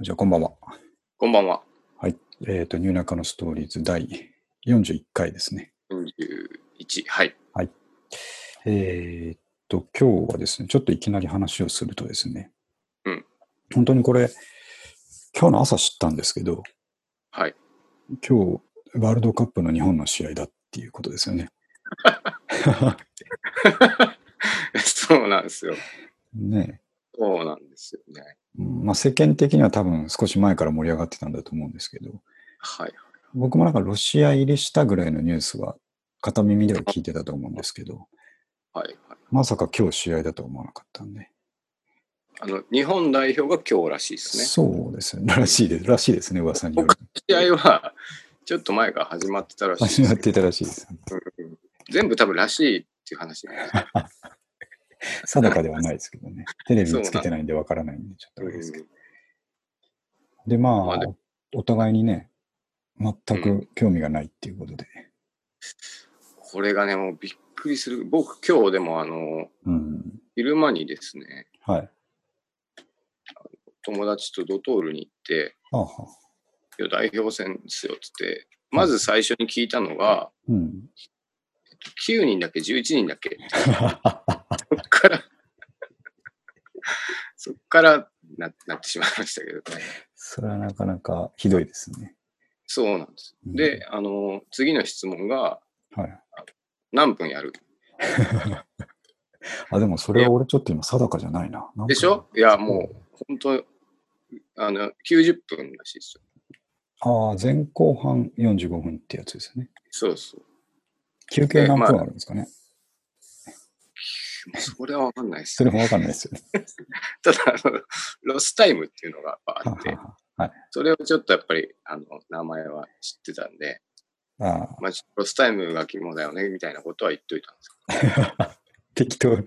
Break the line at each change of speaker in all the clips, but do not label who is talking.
じゃあ、こんばんは。
こんばんは。
はい。えっ、と、ニューナカのストーリーズ第41回ですね。
41。はい。
えっ、と、今日はですね、ちょっといきなり話をするとですね、
うん
本当にこれ、今日の朝知ったんですけど、
はい。
今日、ワールドカップの日本の試合だっていうことですよね。
そうなんですよ。
ね
そうなんですよね。
えうんまあ、世間的には多分少し前から盛り上がってたんだと思うんですけど、
はい。
僕もなんかロシア入りしたぐらいのニュースは片耳では聞いてたと思うんですけど、
はい。はい、
まさか今日試合だとは思わなかったんで。
あの、日本代表が今日らしいですね。
そうですね。らしいです。らしいですね、噂によると。
試合は、ちょっと前から始まってたらしいです
始
けど
まっていたらしいです。
うん全部多分らしいっていう話なんです
定かではないですけどね。テレビにつけてないんでわからないんで、ちょっとあれですけ
け
ど。
ど。
で、ま
まあで
あ、お互いにね、全
う
く興味がないっていうことで。
これがね、もうびっくりする。僕、今日でも、あの、
うん。
昼間にですね、
はい。
友達とドトールに行って、
ああは。
いや代表戦ですよっつって、まず最初に聞いたのが、
うん。
9人だっけ、11人だっ けそっから、そっからななってしまいましたけどね。
それはなかなかひどいですね。
そうなんです。
うん
で、あの、次の質問が、
はい。
何分やる
あ、でもそれは俺ちょっと今定かじゃないな。なんか
でしょいや、もう、本当あの、90分らしいですよ。
ああ、前後半45分ってやつですよね。
そうそう。
休憩何
まあ
分あるんですかね。
それはわかんないです
そ。れもわかんないですよね。
ただあの、ロスタイムっていうのがあ
は
っ
あ
て、
は
それをちょっとやっぱり、あの、名前は知ってたんで、
あはあ、ああ
まあ、ロスタイムが肝だよね、みたいなことは言っといたんですけ
適当に。い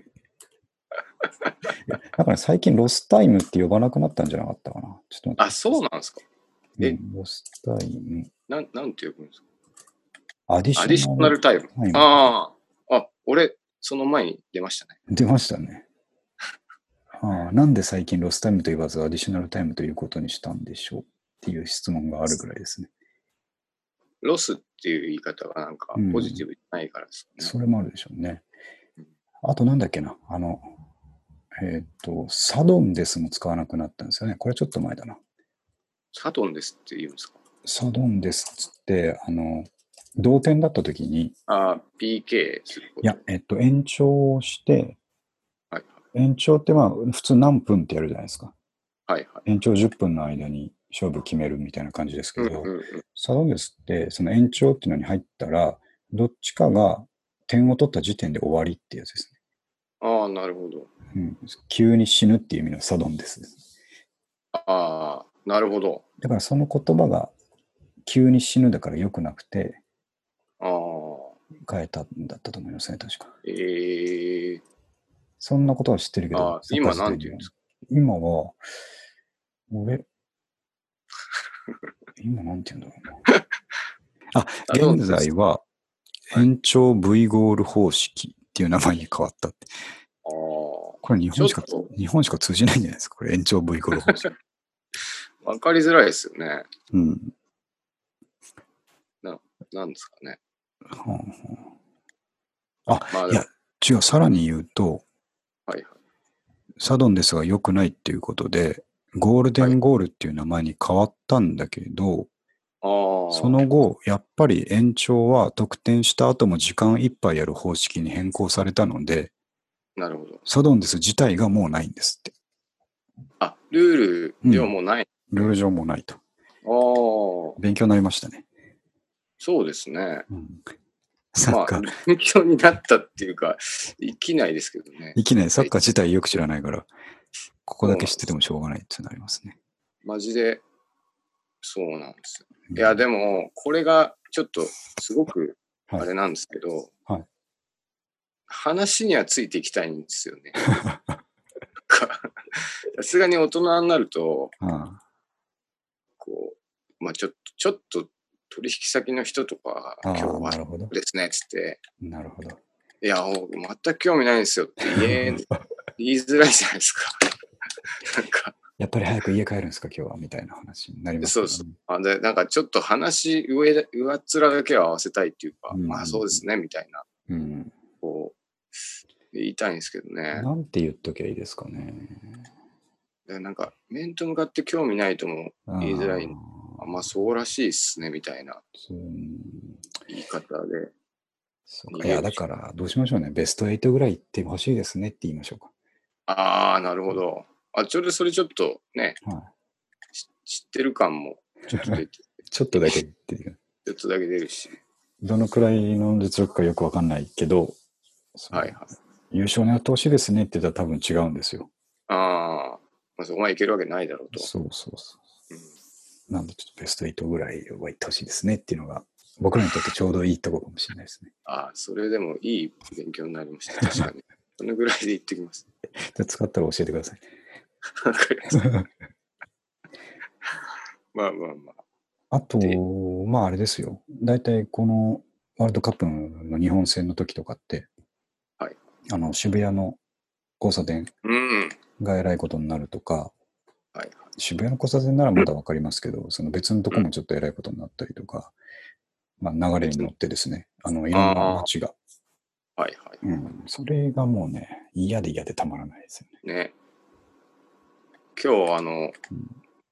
やだから最近ロスタイムって呼ばなくなったんじゃなかったかな。ちょっと
ど。
待
あ、そうなんですか
って。
え
うんロスタイム。
なん、なんて呼ぶんですか
アディ
アディ
シ
シ
ョナ
ョナ
ル
ル。タイム。
はい
ああ、あ、俺、その前に出ましたね。
出ましたね。ああなんで最近ロスタイムと言わずアディショナルタイムということにしたんでしょうっていう質問があるぐらいですね。
ロスっていう言い方がなんか
うん
ポジティブじゃないからですかね。
それもあるでしょうね。あとなんだっけな。あの、えっ、と、サドンデスも使わなくなったんですよね。これちょっと前だな。
サトンですって言うんですか
サドンデスっつって、あの、同点だった時に、
ああ、PK するこ
い
と。
や、えっと、延長をして、
はい
延長ってまあ、普通何分ってやるじゃないですか。
はいはい。
延長10分の間に勝負決めるみたいな感じですけ
うん
ど、
うんうん。
サドンデスって、その延長っていうのに入ったら、どっちかが点を取った時点で終わりってやつです
ああ、なるほど。
ね。うん、急に死ぬっていう意味のサドンデスです。
ああ、なるほど。
だからその言葉が、急に死ぬだから良くなくて、
ああ、
変えたんだったと思いますね、確か。
ええ
そんなことは知ってるけど。
あー今なんて言うんです
か今は、俺、 今なんて言うんだろうな。現在は、延長 V ゴール方式っていう名前に変わったって。
ああ、
これ日本しか
ちょっ、
日本しか通じないんじゃないですか。これ延長 V ゴール 方式。
わかりづらいですよね。
うん。
なんですかね。
はんはん
まあ、
いや違う、さらに言うと、
はいはい。
サドンデスが良くないっていうことで、ゴールデンゴールっていう名前に変わったんだけど、
ああ、
その後、やっぱり延長は得点した後も時間いっぱいやる方式に変更されたので、
なるほど。
サドンデス自体がもうないんですって。
あ、ルールではもうない。
ルール上もうないと。
ああ、
勉強になりましたね。
そうですね。
サ
ま
ッ
あ
カー、、
勉強になったっていうか、生きないですけどね。
いきなりサッカー自体よく知らないから、ここだけ知っててもしょうがないってなりますね。
マジで、そうなんですよ。
うん
いや、でも、これが、ちょっと、すごく、
はい
あれなんですけど、
はい
話にはついていきたいんですよ ね。かさすがに大人になると、
あ
こう、まあ、ちょっと、ちょっと、取引先の人とか、
ああ
今日
あ、な
は
るほど。
ですね、つって、
なるほど。
いや、お 全く興味ないんですよって言え、言いづらいじゃないですか。なんか、
やっぱり早く家帰るんですか、今日は、みたいな話になります
そうそう。あでなんかちょっと話、上だ、上っ面だけは合わせたいっていうか、
うん
まあそうですね、みたいな、
うん。
こう、言いたいんですけどね。
なんて言っときゃいいですかね。
でなんか、面と向かって興味ないとも、言いづらい
あー
あまあそうらしいっすね、みたいな
うん
言い方で。
そうかいや、だから、どうしましょうね。ベスト8ぐらい行ってほしいですねって言いましょうか。
ああ、なるほど。あ、ちょうどそれちょっとね、
は
し知ってる感も、ちょっと出て
ちょっとだけ言ってる
ちょっとだけ出 るし。
どのくらいの実力かよくわかんないけど、その
はいはい。
優勝狙ってほしいですねって言ったら多分違うんですよ。
ああ、まあ、そこまでいけるわけないだろうと。
そうそうそ
うん
う。なんで、ちょっとベスト8ぐらいは行ってほしいですねっていうのが、僕らにとってちょうどいいとこかもしれないですね。
ああ、それでもいい勉強になりました。確 かに。そのぐらいで言ってきます。
じゃあ使ったら教えてください。
わかりましたまあまあまあ。
あと
で、
まああれですよ。大体このワールドカップの日本戦の時とかって、
はい
あの渋谷の交差点
うん。はい
がえらいことになるとか、
はい。
渋谷の交差点ならまだわかりますけど、その別のとこもちょっとえらいことになったりとか、まあ、流れに乗ってですね、あのいろんな街が、
はいはい。
うん、それがもうね、嫌で嫌でたまらないですよね。
ね。今日、あの
うん、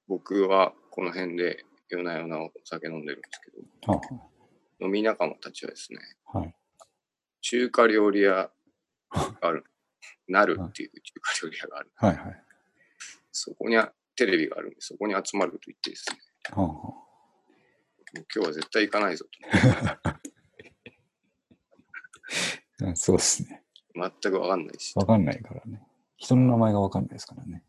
僕はこの辺で夜な夜なお酒飲んでるんですけど、
は
飲み仲間たちはですね、
あ、はい。
中華料理屋がある、なるっていう中華料理屋がある。
はいはい。
そこにあテレビがあるんで、そこに集まると言ってですね、
はあは
もう今日は絶対行かないぞ
あうんそうですね。
と。全くわかんないし。
わかんないからね。人の名前がわかんないですからね。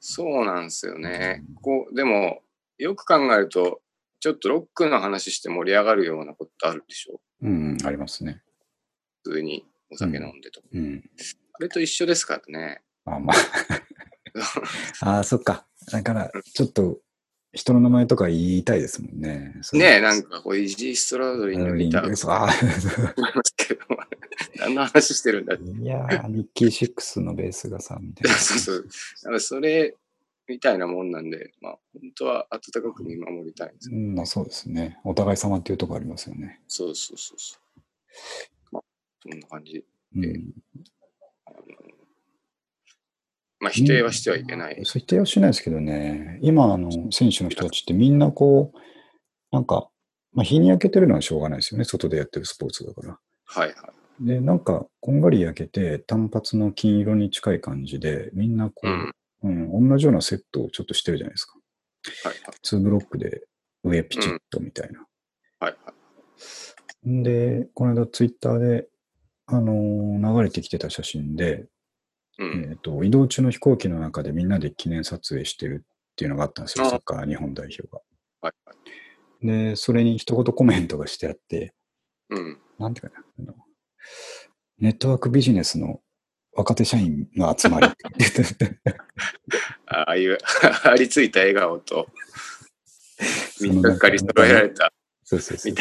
そうなんですよね。こうでも、よく考えると、ちょっとロックの話して盛り上がるようなことあるでしょ。
うん、ありますね。
普通にお酒飲んでとか。
うん。
あれと一緒ですから ね。
あ、まあ。ああ、そっか。だから、ちょっと、人の名前とか言いたいですもんね。
ねえ、なん
か。
かこう、イージー・ストラウドリ
あ
ンの
の
ギ
リン
タ
ク
ー
そうあ
と思いますけど、何の話してるんだって。
ーいやー、ミッキーシックスのベースがさ、みたいな。
そうそう。だからそれみたいなもんなんで、まあ、本当は温かく見守りたいんですけど
うん、まあそうですね。お互い様っていうところありますよね。
そうそうそうそう。まあ、そんな感じ。
うん
ええあのまあ、否定はしてはいけない。
そう否定はしないですけどね、今、あの、選手の人たちってみんなこう、なんか、まあ、日に焼けてるのはしょうがないですよね。外でやってるスポーツだから。
はいはい。
で、なんか、こんがり焼けて、単発の金色に近い感じで、みんなこ
うん
う、うん、同じようなセットをちょっとしてるじゃないですか。
はい
2ブロックで上ピチッとみたいな。
はい。はいはい。
ん、で、この間ツイッターで、あのー流れてきてた写真で、
う
え
ん。
っと、移動中の飛行機の中でみんなで記念撮影してるっていうのがあったんですよ、
あ
サッカー日本代表が。
はいはい。
で、それに一言コメントがしてあって、
うん。
なんていうかな、あのネットワークビジネスの若手社員の集まりって言 ってて。
あああいう、 ありついた笑顔と、みんながかり揃えられた。
そうそうそう。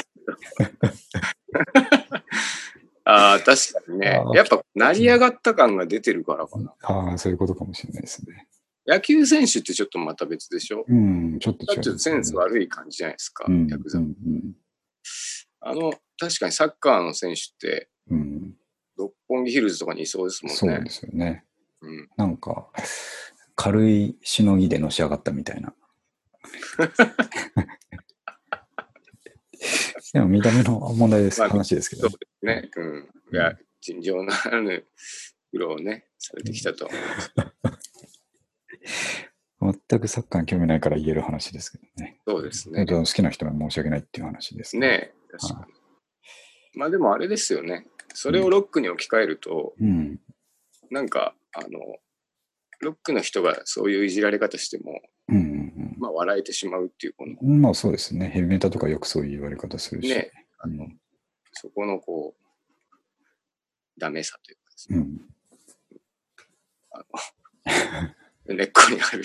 ああ、確かにね
あ。あ
やっぱ、成り上がった感が出てるからかな。
ああ、そういうことかもしれないですね。
野球選手ってちょっとまた別でしょ
うん、ちょっと違
ちょ
う。
っとセンス悪い感じじゃないですか、
うん、
ヤクザ
うんうん
あの、確かにサッカーの選手って、
うん、
六本木ヒルズとかにいそうですも
そうん
ね
で。すよね。
うん、
なんか、軽いしのぎでのし上がったみたい な。でも見た目の問題です、
まあ
話ですけど
そう
ね。
ですね。うん。いや、尋常ならぬ苦労をね、されてきたと。
全くサッカーに興味ないから言える話ですけどね。
そうです
えっ
ね。
と好きな人には申し訳ないっていう話です。
ねえ確かに。まあでもあれですよね。それをロックに置き換えると、
うん。
なんか、あの、ロックの人がそういういじられ方しても、
うんうん
まあ笑えてしまうっていう、この
うん。まあそうですね。ヘビメタとかよくそういう言われ方するし。
ね、あ
う
の、
ん
そこのこう、ダメさというかです
う
ね、
ん。
根っこに ある。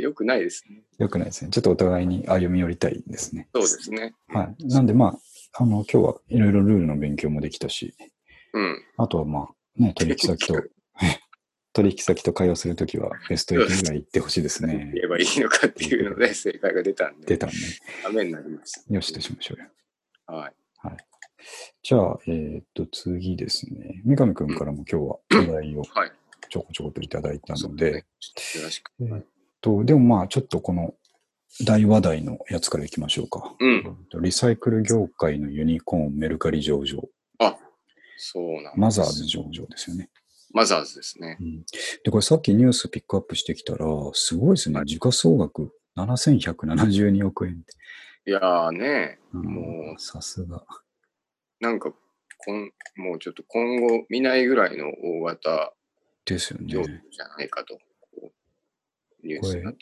よくないですね。
よくないですね。ちょっとお互いに歩み寄りたいですね。
そうですね。
はい。なんでまあ、あの、今日はいろいろルールの勉強もできたし、
うん。
あとはまあ、ね、取引先と、 取引先と会話するときは、ベスト8ぐらい行ってほしいですね。
言えばいいのかっていうので、正解が出たん
出
で、
たね。
ダメになりました。
よしとしましょうよ。
はい。
じゃあ、えーっと、次ですね。三上くんからも今日はお題を
はい。
ちょこちょこといただいたので、
よろしく。
えーっと、でもまあ、ちょっとこの大話題のやつからいきましょうか。
うん。
リサイクル業界のユニコーン、メルカリ上場、
そうなんです
マザーズ上場ですよね。
マザーズですね。
で、これさっきニュースピックアップしてきたら、すごいですね。時価総額7172億円って。
いやーね、
うん
もう
さすが。
なんか、こんもうちょっと今後見ないぐらいの大型
ですよ
上場
ね。
じゃないかと、こうニュースになって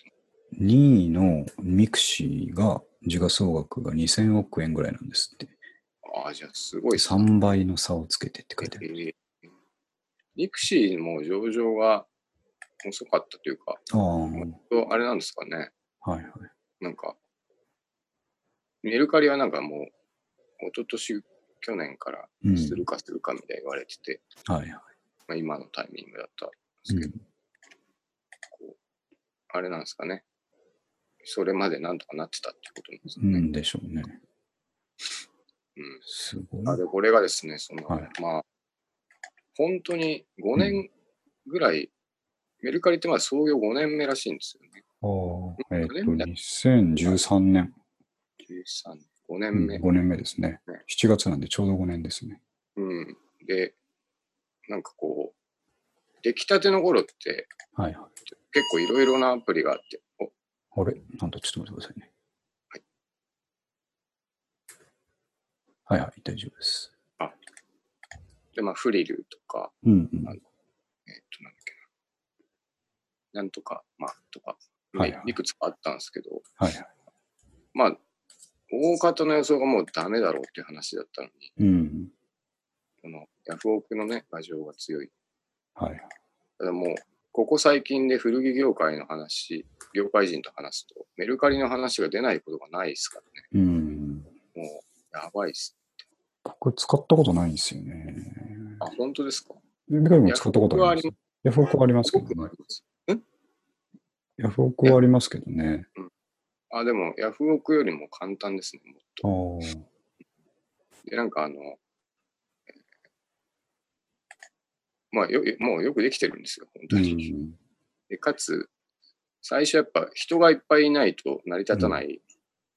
2位のミクシーが時価総額が2000億円ぐらいなんですって。
ああ、じゃあすごいですね
3倍の差をつけてって書いてある。
えーミクシーも上場が遅かったというか、
ああ、
あれなんですかね、
はいはい。
なんか、メルカリはなんかもう、一昨年去年から
うん。
するかするかみたいに言われてて、
はいは
まあ、今のタイミングだったんです
い。
け
う
ど、
ん
あれなんですかね。それまでなんとかなってたってことなんです
う
かね。
んでしょうね。
うん
すごい。
あでこれがですね、その、
はい
まあ、本当に5年ぐらい、メルカリってまだ創業5年目らしいんですよね。
あーえっと、
去年だ
2013年、
13、5
う
年
ん
目。
5年目ですね
ね。
7月なんでちょうど5年ですね。
うん。で、なんかこう、出来たての頃って
はいはい。
結構いろいろなアプリがあって、お
あれなんだ、ちょっと待ってくださいね。はいはい、大丈夫です。
で、まあ、フリルとか、
うん、うん。はい
えっと、なんだっけな。なんとか、まあ、とか、
はい
い
はい
いくつかあったんですけど、
はい。
まあ、大方の予想がもうダメだろうっていう話だったのに、
うん。
このヤフオクのね、画像が強い。
はいはい。
ただもう、ここ最近で古着業界の話、業界人と話すと、メルカリの話が出ないことがないですからね。
うん。
もう、やばいっす。
僕、使ったことないんですよね。
あ、本当ですか
ビカリも使ったことあります。ヤフオクはありますけ
僕
ど
も
ね
あ。ります
ヤフオクはありますけどね。
あ、でも、ヤフオクよりも簡単ですね、もっ
あ
と。
あ。
で、なんかあの、えーまあよ、もうよくできてるんですよ、本
う
当に。
ん。
でかつ、最初やっぱ人がいっぱいいないと成り立たない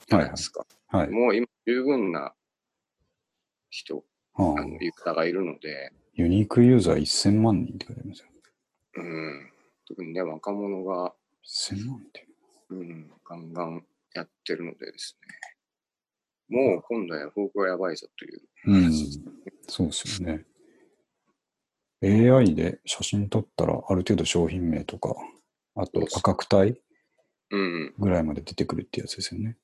じゃないですか。
はい。
もう今、十分な人、
あ
あ
あ
の、言方がいるので、
ユニークユーザー1000万人って書いてありますよ。
うん、特にね、若者が、
1000万って。
うん、ガンガンやってるのでですね、もう今度はヤフオクはやばいぞという
うん。そうですよね。AI で写真撮ったら、ある程度商品名とか、あと価格帯
うん、
ぐらいまで出てくるってやつですよね。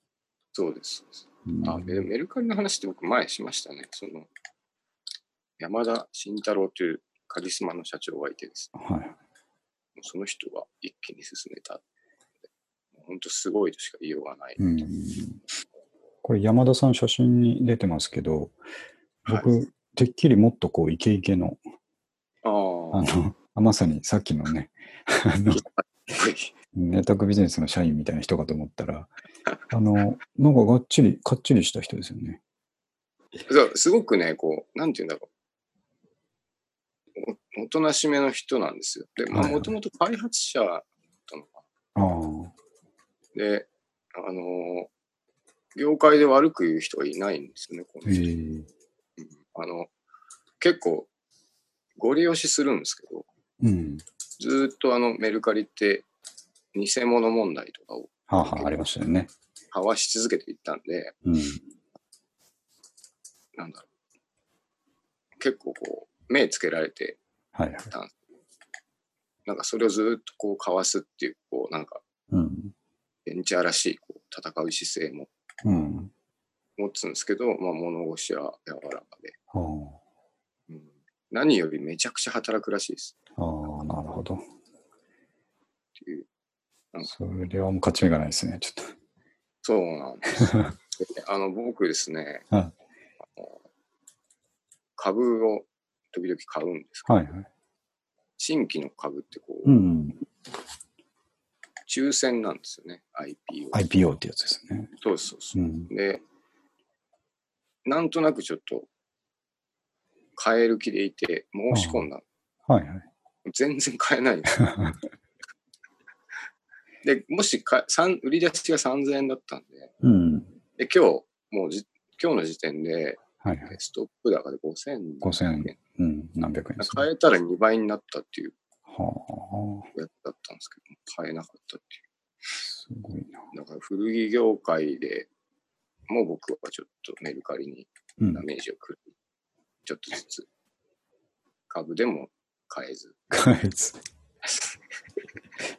そうです。そうです
うん
あメメルカリの話って僕前しましたね。その、山田慎太郎というカリスマの社長がいてですね、
はい。
その人が一気に進めた。本当すごいとしか言いようがない。
うん。これ山田さん写真に出てますけど、僕、
は
てっきりもっとこうイケイケの、あ
ああ、
の、まさにさっきのね、あの、ネタクビジネスの社員みたいな人かと思ったら、あの、なんかがっちり、かっちりした人ですよ ね。
そうすごくね、こう、なんて言うんだろう。おおとなしめの人なんですよ。で、ま
は
あ、
いはい
もともと開発者だったのか
ああ、
な。で、あのー業界で悪く言う人がいないんですよね、こ
え
の
え
人。うんあの、結構、ご利用しするんですけど、
うん。
ずーっとあの、メルカリって、偽物問題とかを
はあ、はあ、ありましたよね。
かわし続けていったんで、
うん。
なんだろう。結構こう、目つけられて、
はいはい。
なんかそれをずーっとこう、かわすっていう、こう、なんか、
うん。
ベンチャーらしいこう戦う姿勢も
うん。
持つんですけど、まあ、物腰は柔らかで、
あ
うん何よりめちゃくちゃ働くらしいです
あ、ああなるほど。
っていう。
それはもう勝ち目がないですね、ちょっと。
そうなんです。であの僕ですね、
はい
あの株を時々買うんですけど、
はいはい。
新規の株ってこう、
うん。
抽選なんですよね、IPO。
IPO ってやつですね。
そうそうそうう。
ん。
で、なんとなくちょっと、買える気でいて、申し込んだの
はいはい。
全然買えない の。で、もしか三売り出しが3000円だったんで、
うん。
で今日、もうじ今日の時点で、
はいはい。
ストップ高で5000円。
5000
円。
うん。何百円ですね。
買えたら2倍になったっていう
はあ。
やつだったんですけど、買えなかったってい
すごいな。
う。だから古着業界でもう僕はちょっとメルカリに
うん
ダ。メージをくる。ちょっとずつ。株でも買えず。
買えず。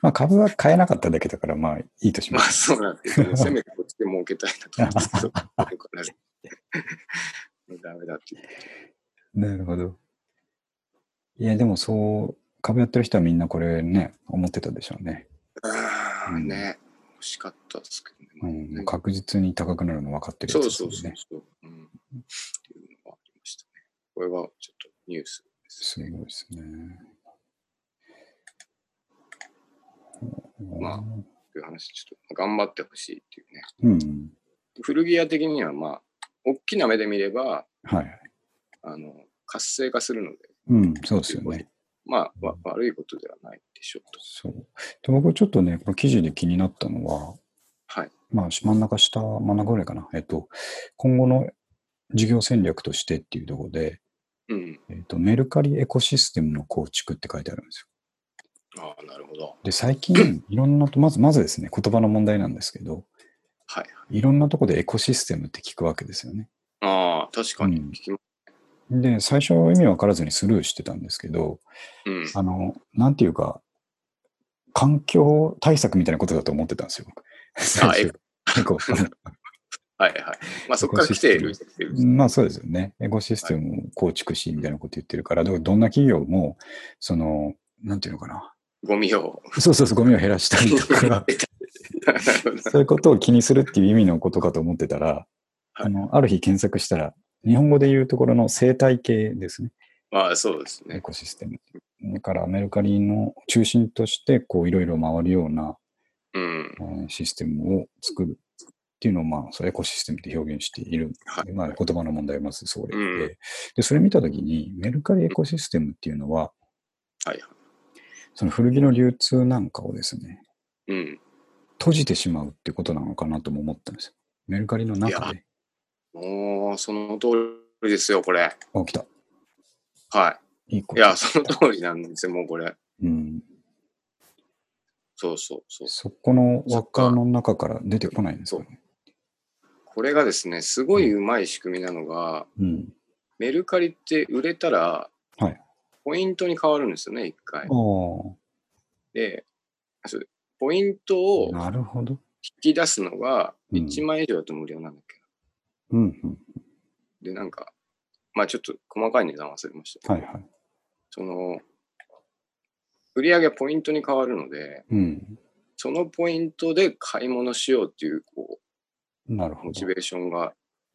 まあ株は買えなかっただけだから、まあいいとし
ま
ま
あ
す。
そうなんですけど、せめてこっちで儲けたいなと思うんですけど、よくなるダメだっていう。
なるほど。いや、でもそう、株やってる人はみんなこれね、思ってたでしょうね。
あ
う
あ、
ん
ね。欲しかったですけ
う
どね。
ん、確実に高くなるの分かってるや
そ
つ
う
です
そ
よ
う
ね。
そうそう。うん。っていうのがありましたね。これはちょっとニュースです
す
ね。
ごいですね。
まあという話、ちょっと頑張ってほしいっていうね。
うん。
古着屋的には、まあ、大きな目で見れば、
はい。
あの、活性化するので、
うん、そうですよね。
まあ、わ悪いことではないでしょうと。
そう。で、僕ちょっとね、この記事で気になったのは、
はい。
まあ、真ん中下、真ん中ぐらいかな。えっと、今後の事業戦略としてっていうところで、
うん。
えっと、メルカリエコシステムの構築って書いてあるんですよ。
ああ、なるほど。
で、最近、 いろんなと、まず、まずですね、言葉の問題なんですけど、
はい。
いろんなとこでエコシステムって聞くわけですよね。
ああ、確かに
うん
聞きま
で、最初は意味わからずにスルーしてたんですけど、
うん。
あの、なんていうか、環境対策みたいなことだと思ってたんですよ。最初
エ
エコ。
はいはい。まあ、そこから来ている。来ている
まあそうですよね。エコシステムを構築し、みたいなこと言ってるから、どどんな企業も、その、なんていうのかな。
ゴミを。
そうそうそう、ゴミを減らしたりと か、そういうことを気にするっていう意味のことかと思ってたら、あの、ある日検索したら、日本語で言うところの生態系ですね。
まあ、そうです
エ
ね。
コシステム。だからメルカリの中心として、こう、いろいろ回るような
うん
え。ーシステムを作るっていうのを、まあ、それエコシステムって表現しているんで。
はい
まあ、言葉の問題はまずそれで。
うん
で、それ見たときに、メルカリエコシステムっていうのは、
はい。
その古着の流通なんかをですね、
うん。
閉じてしまうってことなのかなとも思ったんですよ。メルカリの中で
もう、その通りですよ、これ。
起きた。
はい
いこ
い。い
と。
や、その通りなんですよ、もうこれ。
うん。
そうそうそう。
そこの輪っかの中から出てこないんですよね。
これがですね、すごいうまい仕組みなのが、
うん。
メルカリって売れたら
はい、
ポイントに変わるんですよね、一回。
あ
で、そうポイントを
あ、なるほど。
引き出すのが
うん
1万円以上だと無料なんだっけ
うん、うん。
ど。で、なんか、まあちょっと細かい値段忘れましたけど、
はいはい。
その、売り上げはポイントに変わるので、
うん。
そのポイントで買い物しようっていう、こう、
なるほ
モチ
ど。
ベーションが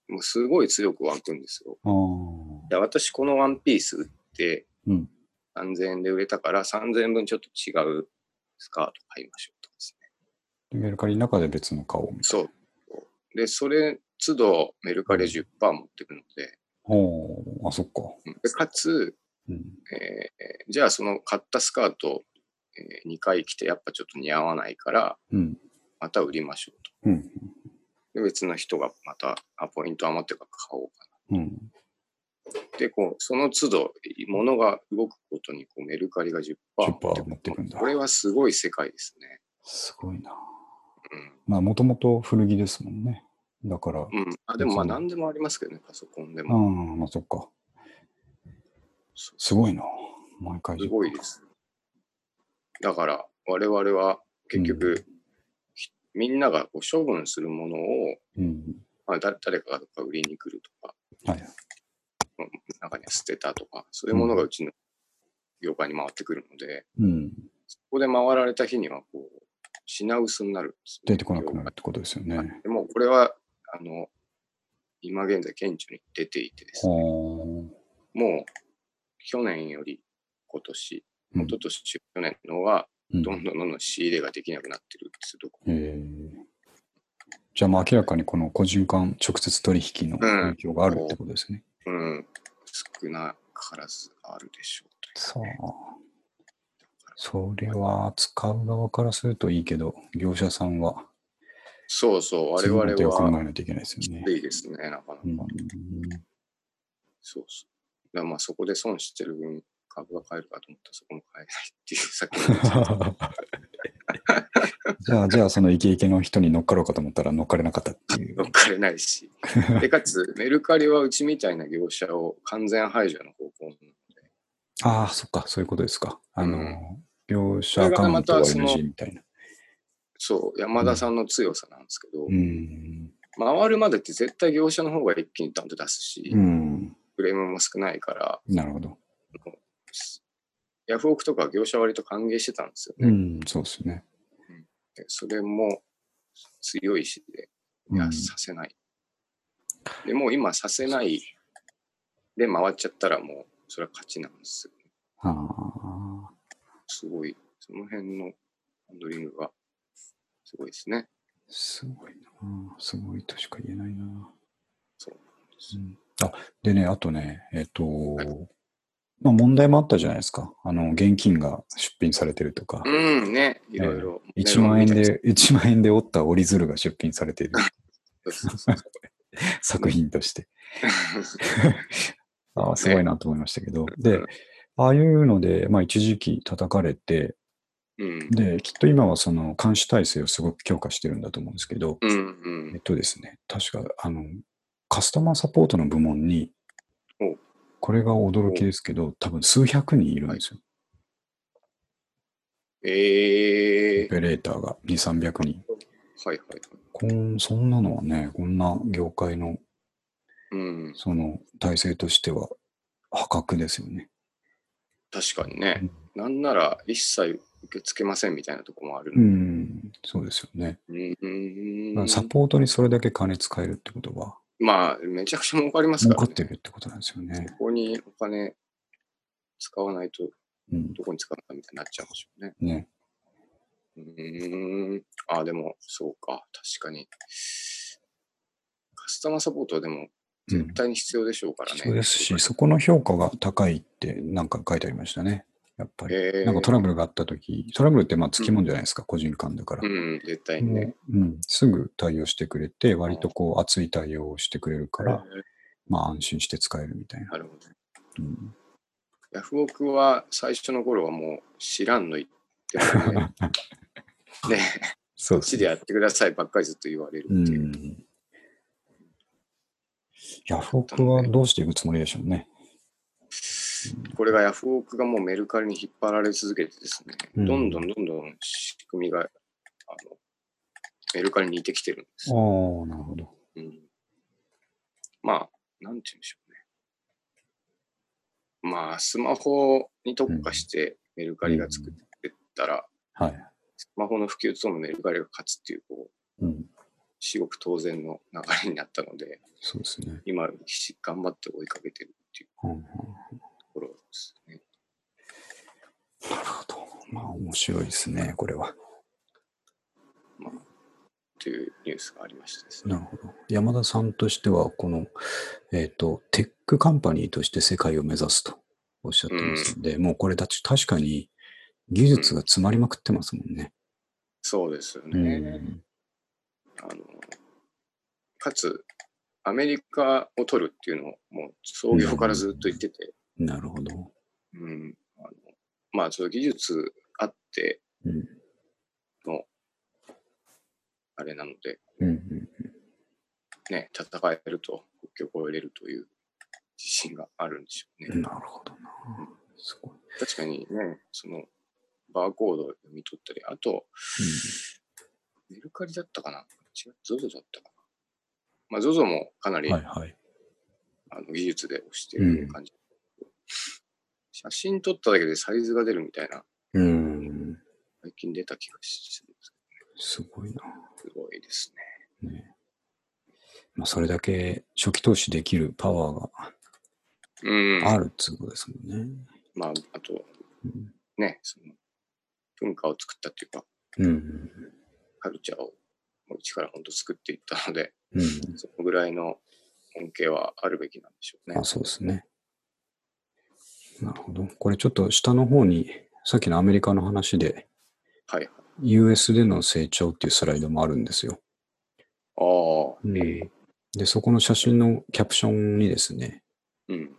もうすごい強く湧くんですよ。
ああ。
で私このワンピース売って
うん。
3000円で売れたから3000円分ちょっと違うスカート買いましょうとかですね。
でメルカリの中で別の顔を見た。
そう。で、それ都度メルカリ10%持ってくので、
おーあ、そっか。
うんでかつ、
うん。
えーじゃあその買ったスカート、え2回着てやっぱちょっと似合わないから
うん。
また売りましょうと。
うん。
で別の人がまたあポイント余ってるから買おうか
うん。
で、こう、その都度、物が動くことに、こう、メルカリが10%。
10%持ってくんだ
これはすごい世界ですね。
すごいな。
うん
まあ、もともと古着ですもんね。だから、う
うん、あでもまあ
そう
何でもありますけどね、パソコンでも。
ん、まあ、そっか。
そ
すごいな。毎回。
すごいです。だから我々は結局、ひみんながこう処分するものを、
うん。
まあ、だ誰かがどっか売りに来るとか、
はい。
中には捨てたとか、そういうものがうちの業界に回ってくるので、
うん。
そこで回られた日にはこう品薄になるんですね、
出てこなくなるってことですよね。
はいでもこれはあの今現在顕著に出ていてですね、
は
もう去年より今年
うん
一昨年、去年の
うん
は、どんどんどんどん仕入れができなくなってるっていうとこ。
えーじゃあ、まあ明らかにこの個人間直接取引の影響があるってことですね。
うん。少なからずあるでしょう
さあ、それは使う側からするといいけど、業者さんは、
そうそう、我
次
々
の手を考
は
えないといけないです
き
よね
つ。いですね、なかなか。
うん
そうそう。だからまあそこで損してる分、株が買えるかと思ったらそこも買えないっていう、さっきの話
じゃあ、じゃあ、そのイケイケの人に乗っかろうかと思ったら乗っかれなかったっていう
乗。っかれな いし。で、かつ、メルカリはうちみたいな業者を完全排除の方向に
ああ、そっか、そういうことですか。あの、
うん
業者アカウントは
それがまたそ
NG
の
みたいな。
そう、山田さんの強さなんですけど、
うん。
回るまでって絶対業者の方が一気にダンと出すし、
うん。
フレームも少ないから、
なるほど。
ヤフオクとか業者割と歓迎してたんですよね。
うん、そうですね。
でそれも強いしで、い
うん
や、させない。でもう今、させないで回っちゃったらもう、それは勝ちなんですよ。
ああ。
すごい、その辺のハンドリングがすごいですね。
すごいな。すごいとしか言えないな。
そうなんです
うんあ、でね、あとね、えっ、と、まあ問題もあったじゃないですか。あの、現金が出品されてるとか、
うん、ね、いろいろ。
1万円
メロンみたい
で、1万円で折った折り鶴が出品され ている
な。そうそうそう
作品として。ああ、すごいなと思いましたけど。で、ああいうので、まあ一時期叩かれて、
うん、
で、きっと今はその監視体制をすごく強化してるんだと思うんですけど、
うん、う
えっ
ん。
とですね、確か、あの、カスタマーサポートの部門に
お、
これが驚きですけど、多分数百人いるんですよ。
ええ
オペレーターが2、300人。
はいはいはい。
こん、そんなのはね、こんな業界の、
うん、
その、体制としては、破格ですよね。
確かにね。なんなら一切受け付けませんみたいなとこもある
う
の。
ん、そうですよね。
うん、
ま
う
あ
ん
サポートにそれだけ金使えるってことは、
まあ、めちゃくちゃ儲かります
儲
か
か
ら、
っ
ね。
てるってことなんですよね。
ここにお金使わないと、
うん、
どこに使うかみたいになっちゃうんでしょうね。
ね。
うーん。あ、でも、そうか。確かに。カスタマーサポートはでも、
うん
絶対に必要でしょうからね。
必要ですし、そこの評価が高いってなんか書いてありましたね。やっぱり。
えー、
なんかトラブルがあったとき、トラブルってまあつきもんじゃないですか、個人間だから。
うん、絶対にね
も。ううん、すぐ対応してくれて、割とこう熱い対応をしてくれるから、まあ安心して使えるみたいな。
なるほど。
うん、
ヤフオクは最初の頃はもう知らんの言って もねね、
そう
こっちでやってくださいばっかりずっと言われる
う
っていう。
ん。ヤフオクはどうしていくつもりでしょうね。
これがヤフオクがもうメルカリに引っ張られ続けてですね、
うん
どんどんどんどん仕組みがあのメルカリに似てきてるんです
ああ。、なるほど。
うん、まあ、なんて言うんでしょうね。まあ、スマホに特化してメルカリが作ってったら、
はい。
スマホの普及とともにメルカリが勝つっていう、こう、
うん。
至極当然の流れになったので、
そうですね。
今、し頑張って追いかけてるっていう
うんうん
ところですね。
なるほど。まあ面白いですね、これは。
まあ、というニュースがありましたですね。
なるほど。山田さんとしては、この、えっ、と、テックカンパニーとして世界を目指すとおっしゃってますので、もうこれたち、確かに技術が詰まりまくってますもんね。
そうですよ
う
ね。
ん。
あのかつ、アメリカを取るっていうのを、もう創業からずっと言ってて、
なるほど。
うんあのまあ、その技術あって
うん。
の、あれなので、
うんうん、
ね、戦えると、国境を越えれるという自信があるんでしょうね。
なるほどな。すごい。
確かにね、そのバーコードを読み取ったり、あと、メルカリだったかな違う、ZOZO だったかな。まあ、ZOZO もかな
う
り、
ん、はいはい。
あの技術で押してる感じ、写真撮っただけでサイズが出るみたいな、
うん。
最近出た気がするんです
すごいな。
けどすごいですね。
ねまあ、それだけ初期投資できるパワー
うん。
があるっていうことですもんね。
まあ、あと、ね、その文化を作ったっていうか、
うん。
カルチャーをもう一から本当作っていったので、
うん。
そのぐらいの恩恵はあるべきなんでしょうね
あ、。そうですね。なるほど。これちょっと下の方に、さっきのアメリカの話で、
はいはい。
US での成長っていうスライドもあるんですよ。
ああ、
で、そこの写真のキャプションにですね、
うん。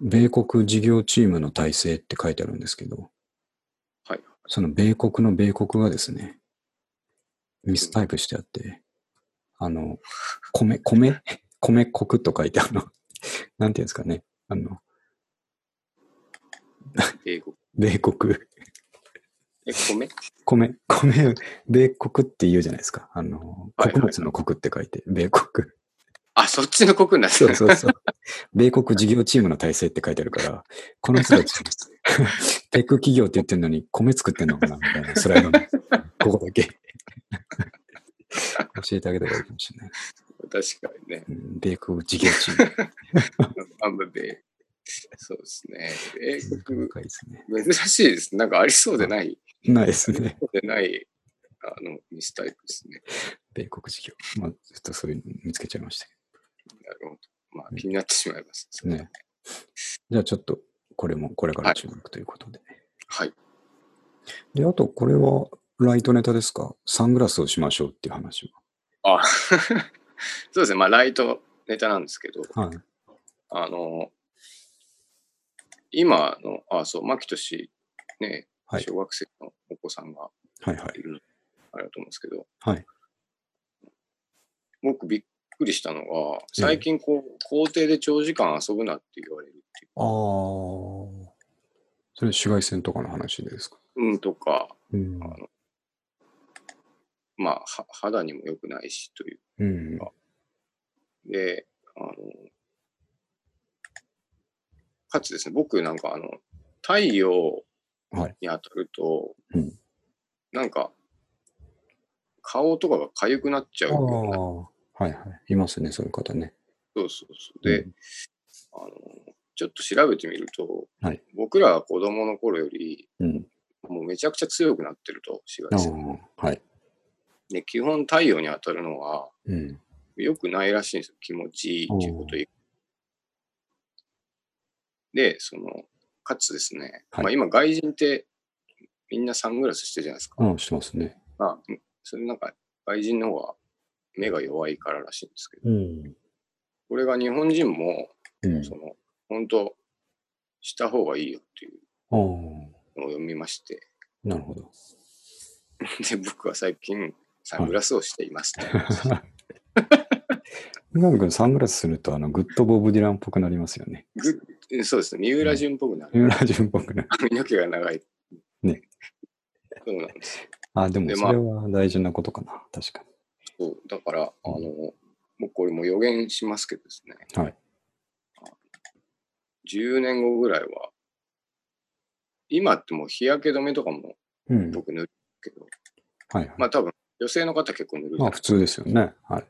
米国事業チームの体制って書いてあるんですけど、
はい。
その米国の米国がですね、ミスタイプしてあって、あの、米、米、米国と書いてあるの、なんていうんですかね、あの、
英語。
米国、
え、米
米、米、米国って言うじゃないですか。あの、
はいはい
穀物の国って書いて、米国。
あ、そっちの国なんです
そう
ね。
そう そう。米国事業チームの体制って書いてあるから、この人 たち、テック企業って言ってるのに、米作ってんのかなみたいなスライドの、ここだ け。教えてあげた方がいいかもしれない。
確かにね。
うん米国事業チーム。
あんま米、そうですね。米国
な、かいいですね。
珍しいですね。なんかありそうでない、
ないですね。
でない、あの、ミスタイプですね。
米国事業。まあ、ちょっとそういうの見つけちゃいました
なるほど。まあ、気になってしまいます。
けどね。じゃあちょっと、これも、これから注目ということで。
はい。
で、あと、これは、ライトネタですかサングラスをしましょうっていう話
あ、 そうですね。まあ、ライトネタなんですけど、
は。はい。
あの、今の、あ、そう、牧俊、ね、
はい
小学生のお子さんが
はいはい
い。るの、あれだと思うんですけど、
はい
僕びっくりしたのが、最近こう、校庭で長時間遊ぶなって言われるってい
ああ。それ、紫外線とかの話ですか
う、うんとか、
うん
あのまあ、は肌にも良くないしという。
うん。
で、あの、かつですね、僕なんかあの、太陽
はい
に当たると、
うん
なんか、顔とかが痒くなっちゃう
ああ。
ような。
はいはい。いますね、そういう方ね。
そうそうそう。で、
うん
あの、ちょっと調べてみると、
はい
僕らが子供の頃より、
うん。
もうめちゃくちゃ強くなってると、紫
あ
外線。
あ。はい。
で、基本太陽に当たるのは、
うん。
良くないらしいんですよ。気持ちいいっていうこと以外で、その、かつですね、
はい
まあ今外人ってみんなサングラスしてるじゃないですか。
うん、してますね。
まあ、それなんか外人の方が目が弱いかららしいんですけど、
うん。
これが日本人も、
うん。
その、本当した方がいいよっていう
ああ。
のを読みまして、
なるほど。
で、僕は最近サングラスをしていますと、
南君、サングラスすると、あの、グッドボブ・ディランっぽくなりますよね。
えそうですね、三浦淳っぽくなる。
三浦淳っぽくなる。
髪の毛が長い。
ね。
そうなんです。
あ、でも、
で
そ
まあ
れは大事なことかな。確か
そう、だから、あの、もうこれも予言しますけどですね。
はい
あの。10年後ぐらいは、今ってもう日焼け止めとかも
に。うん。
僕塗るけど、
はいはい。
まあ多分女性の方結構塗るじ
ま
ゃ
あ、
ない
普通ですよね。はい。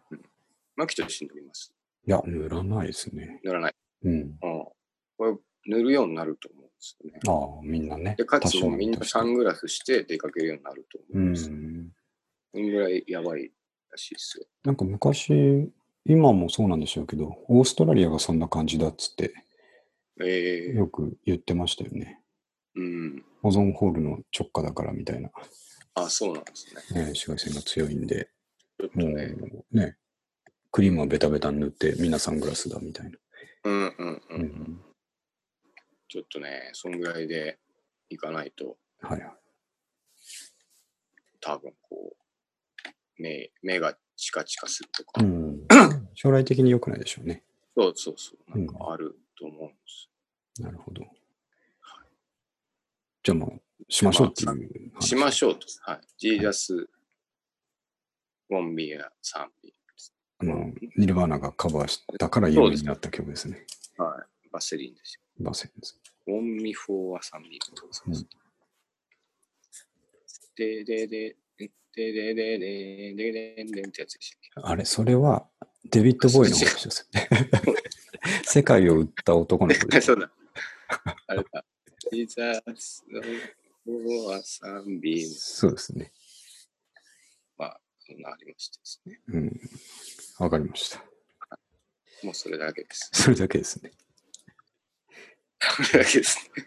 マキと一緒に塗ります。
いや、塗らないですね。
塗らない。
うん。
うん。これ塗るようになると思うんですよね。
ああ、みんなね。
で、かつ
多少
もう
は
みんなサングラスして出かけるようになると
う
思うんです。
ん。
そんぐらいやばいらしいですよ。
なんか昔、今もそうなんでしょうけど、オーストラリアがそんな感じだっつって、
ええ
よく言ってましたよね。
うん。
オゾンホールの直下だからみたいな、ね、
あ、そうなんですね。
紫外線が強いんで、
ちょっと
も
ね。
うね、クリームはベタベタに塗って、みんなサングラスだみたいな。
うんうんう。
うんん
ちょっとね、そんぐらいでいかないと、
はいはい。
多分こう、目目がチカチカするとか、
うん、将来的に良くないでしょうね。
そうそうそう、なんかあると思うんです。
なるほど。じゃあもう、しましょうっていう話。
しましょうと。はい。ジーザス、ウォンビア、サンビ
あの、ニルバーナがカバーしたから有名になった曲ですね。
ア。はい。バセリンです
バセンです。
よ。ウォンミフォーはサンビーとかそうそうででで、ででででででででってやつでしたっけ
あれ、それはデビッド・ボーイの話です。 世界を売った男の子です。
そうだ。あれだ。ジーザス、ウコアサンビーム、
そうですね。
まあ、そんなありましてですね。
うん。わかりました。
もうそれだけです。
それだけですね。
それだけですね。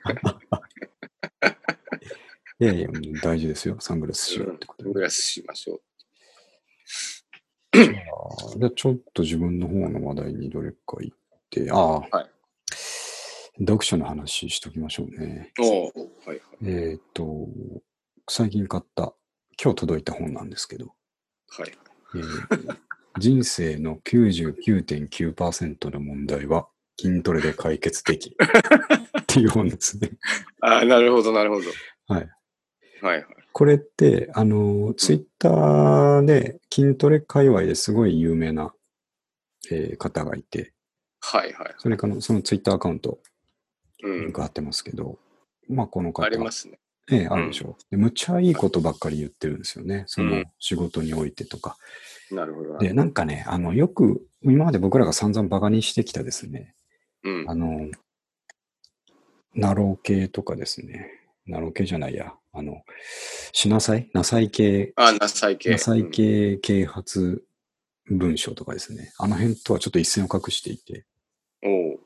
いやいや、もう大事ですよ。サングラスしようってこと
サン
で。
グラスしましょう。
あーじゃあちょっと自分の方の話題にどれか行って、ああ、
はい
読書の話しときましょうね。
おおはい
えーっ、と、最近買った、今日届いた本なんですけど、
はい。はい。
え ー人生の99.9%の問題は筋トレで解決できるっていう本ですね。
ああ、なるほど、なるほど。
はい。
はいはい。
これって、あの、ツイッターで筋トレ界隈ですごい有名な、えー方がいて、
はいはい。
それからそのツイッターアカウント、
う
リン
ん。
ク貼ってますけど、まあこの方、
ありますね。
ええあるでしょう、で。むちゃいいことばっかり言ってるんですよね。そうの
ん
仕事においてとか。
なるほどな。
で、なんかね、あの、よく、今まで僕らが散々バカにしてきたですね、
うん
あ。の、ナロー系とかですね、ナロー系じゃないや、あの、しなさいなさい系、
あ、なさい系。
なさい系啓発文章とかですね、あの辺とはちょっと一線を画していて、
うん。おお。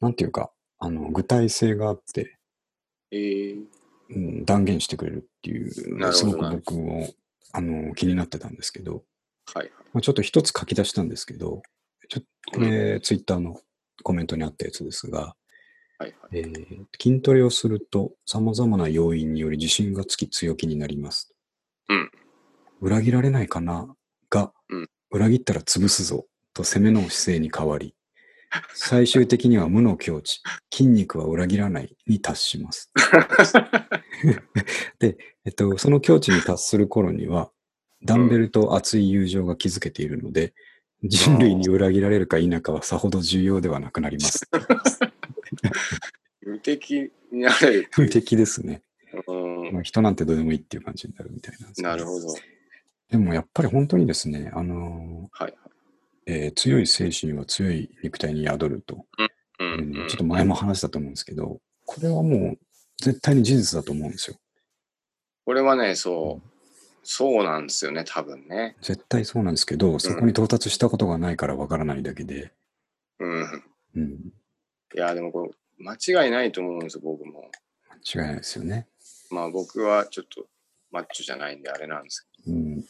なんていうか、あの、具体性があって、
えー、
うん、断言してくれるっていうの
なるほ
がす
ど
ごく
な
僕もあの気になってたんですけど、
はいはい。
まあ、ちょっと一つ書き出したんですけど、ちょこれ、ツイッターのコメントにあったやつですが、
はいはい。
えー筋トレをすると様々な要因により自信がつき強気になります。
うん
裏切られないかなが、
うん
裏切ったら潰すぞと攻めの姿勢に変わり、最終的には無の境地、筋肉は裏切らないに達し ます。えっと、その境地に達する頃には、ダンベルと熱い友情が築けているので、人類に裏切られるか否かはさほど重要ではなくなります。
無敵になれる。
無敵ですね。
うん。
まあ、人なんてどうでもいいっていう感じになるみたいなんですけ
なるほど。はい。
でもやっぱり本当にですね、あの
はい。
ーえー強い精神は強い肉体に宿ると、
うん
う、
うん
ん。ちょっと前も話したと思うんですけど、これはもう絶対に事実だと思うんですよ。
これはね、そう。そうなんですよね、多分ね。
絶対そうなんですけど、そこに到達したことがないからわからないだけで、
うん。
うん、
いや、でもこれ、間違いないと思うんですよ、僕も。
間違いないですよね。
まあ僕はちょっとマッチョじゃないんであれなんですけ
うん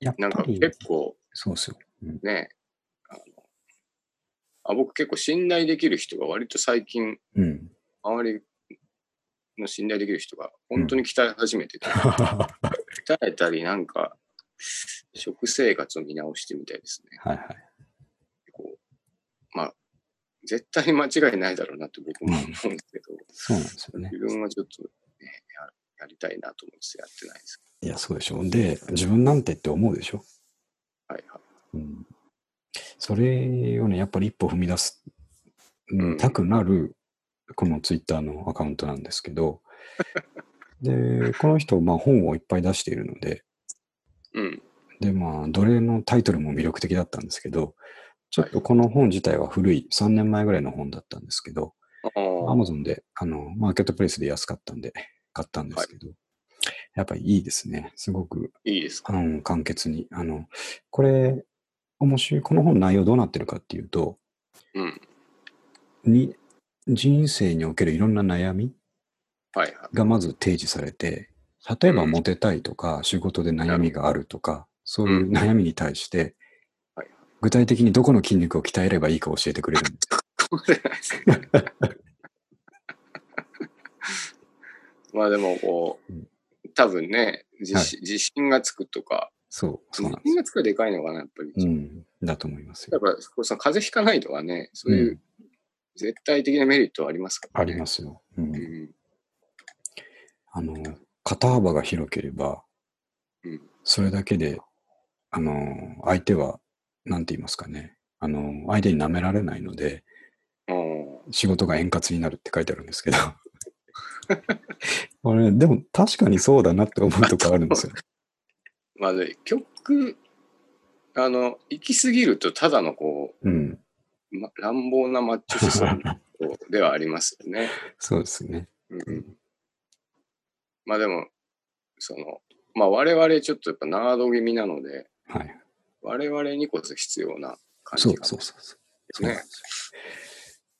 やっ
ど、なん
ぱ
か
り、
結構
そうですよ。うん
ね、あのあ僕結構信頼できる人が割と最近、
うん。
周りの信頼できる人が本当に鍛え始めてて、
は
鍛えたりなんか、食生活を見直してみたいですね。
いはい。
こうまあ、絶対に間違いないだろうなって僕も思うんですけど、
そうなんですよね
自。分はちょっと、ね、ややりたいなと思ってやってないです。
いや、そうでしょ。で、自分なんてって思うでしょ。
はいは
う
い。
ん。それをね、やっぱり一歩踏み出す、う、
うんん
たくなる、このツイッターのアカウントなんですけ ど、で、この人、まあ本をいっぱい出しているので、
うん。
で、まあ、どれのタイトルも魅力的だったんですけど、ちょっとこの本自体は古い、3年前ぐらいの本だったんですけど、
ああ
アマゾンで、あの、マーケットプレイスで安かったんで、買ったんですけど、やっぱりいいですね。すごく、
いいです
あ
か。
の、簡潔に。あの、これ、面白い。この本の内容どうなってるかっていうと、
うん。
に、人生におけるいろんな悩み
は いはい。
がまず提示されて、例えばモテたいとか、仕事で悩みがあるとか、そういう悩みに対して
はい、
具体的にどこの筋肉を鍛えればいいか教えてくれるんです。
そうじゃないですねまあでもこ
うん
う、多分ね、自,、自信がつくとか、
そう、そう
自
なんで
信
す。
がつくはでかいのかな、やっぱり。
うん、だと思います
や
よ
っ。ぱこうその風邪ひかないとかね、そういうう絶対的なメリットはありますから、
あ
ね
りますよ。うん
う。ん。
あの、肩幅が広ければ
うん、
それだけで、あの、相手は、なんて言いますかね。あの、相手に舐められないので、
うん
仕事が円滑になるって書いてあるんですけど。 これ、でも確かにそうだなって思うとこあるん ですよ。
まあで、曲、あの、行き過ぎるとただのこ
うん。
う、ま、乱暴なマッチョ思想ではありますよね。
そうですね。
うん、まあでも、その、まあ我々ちょっとやっぱナード気味なので、
はい。
我々にこそ必要な感
そう
じが
そうそうそう。
すね。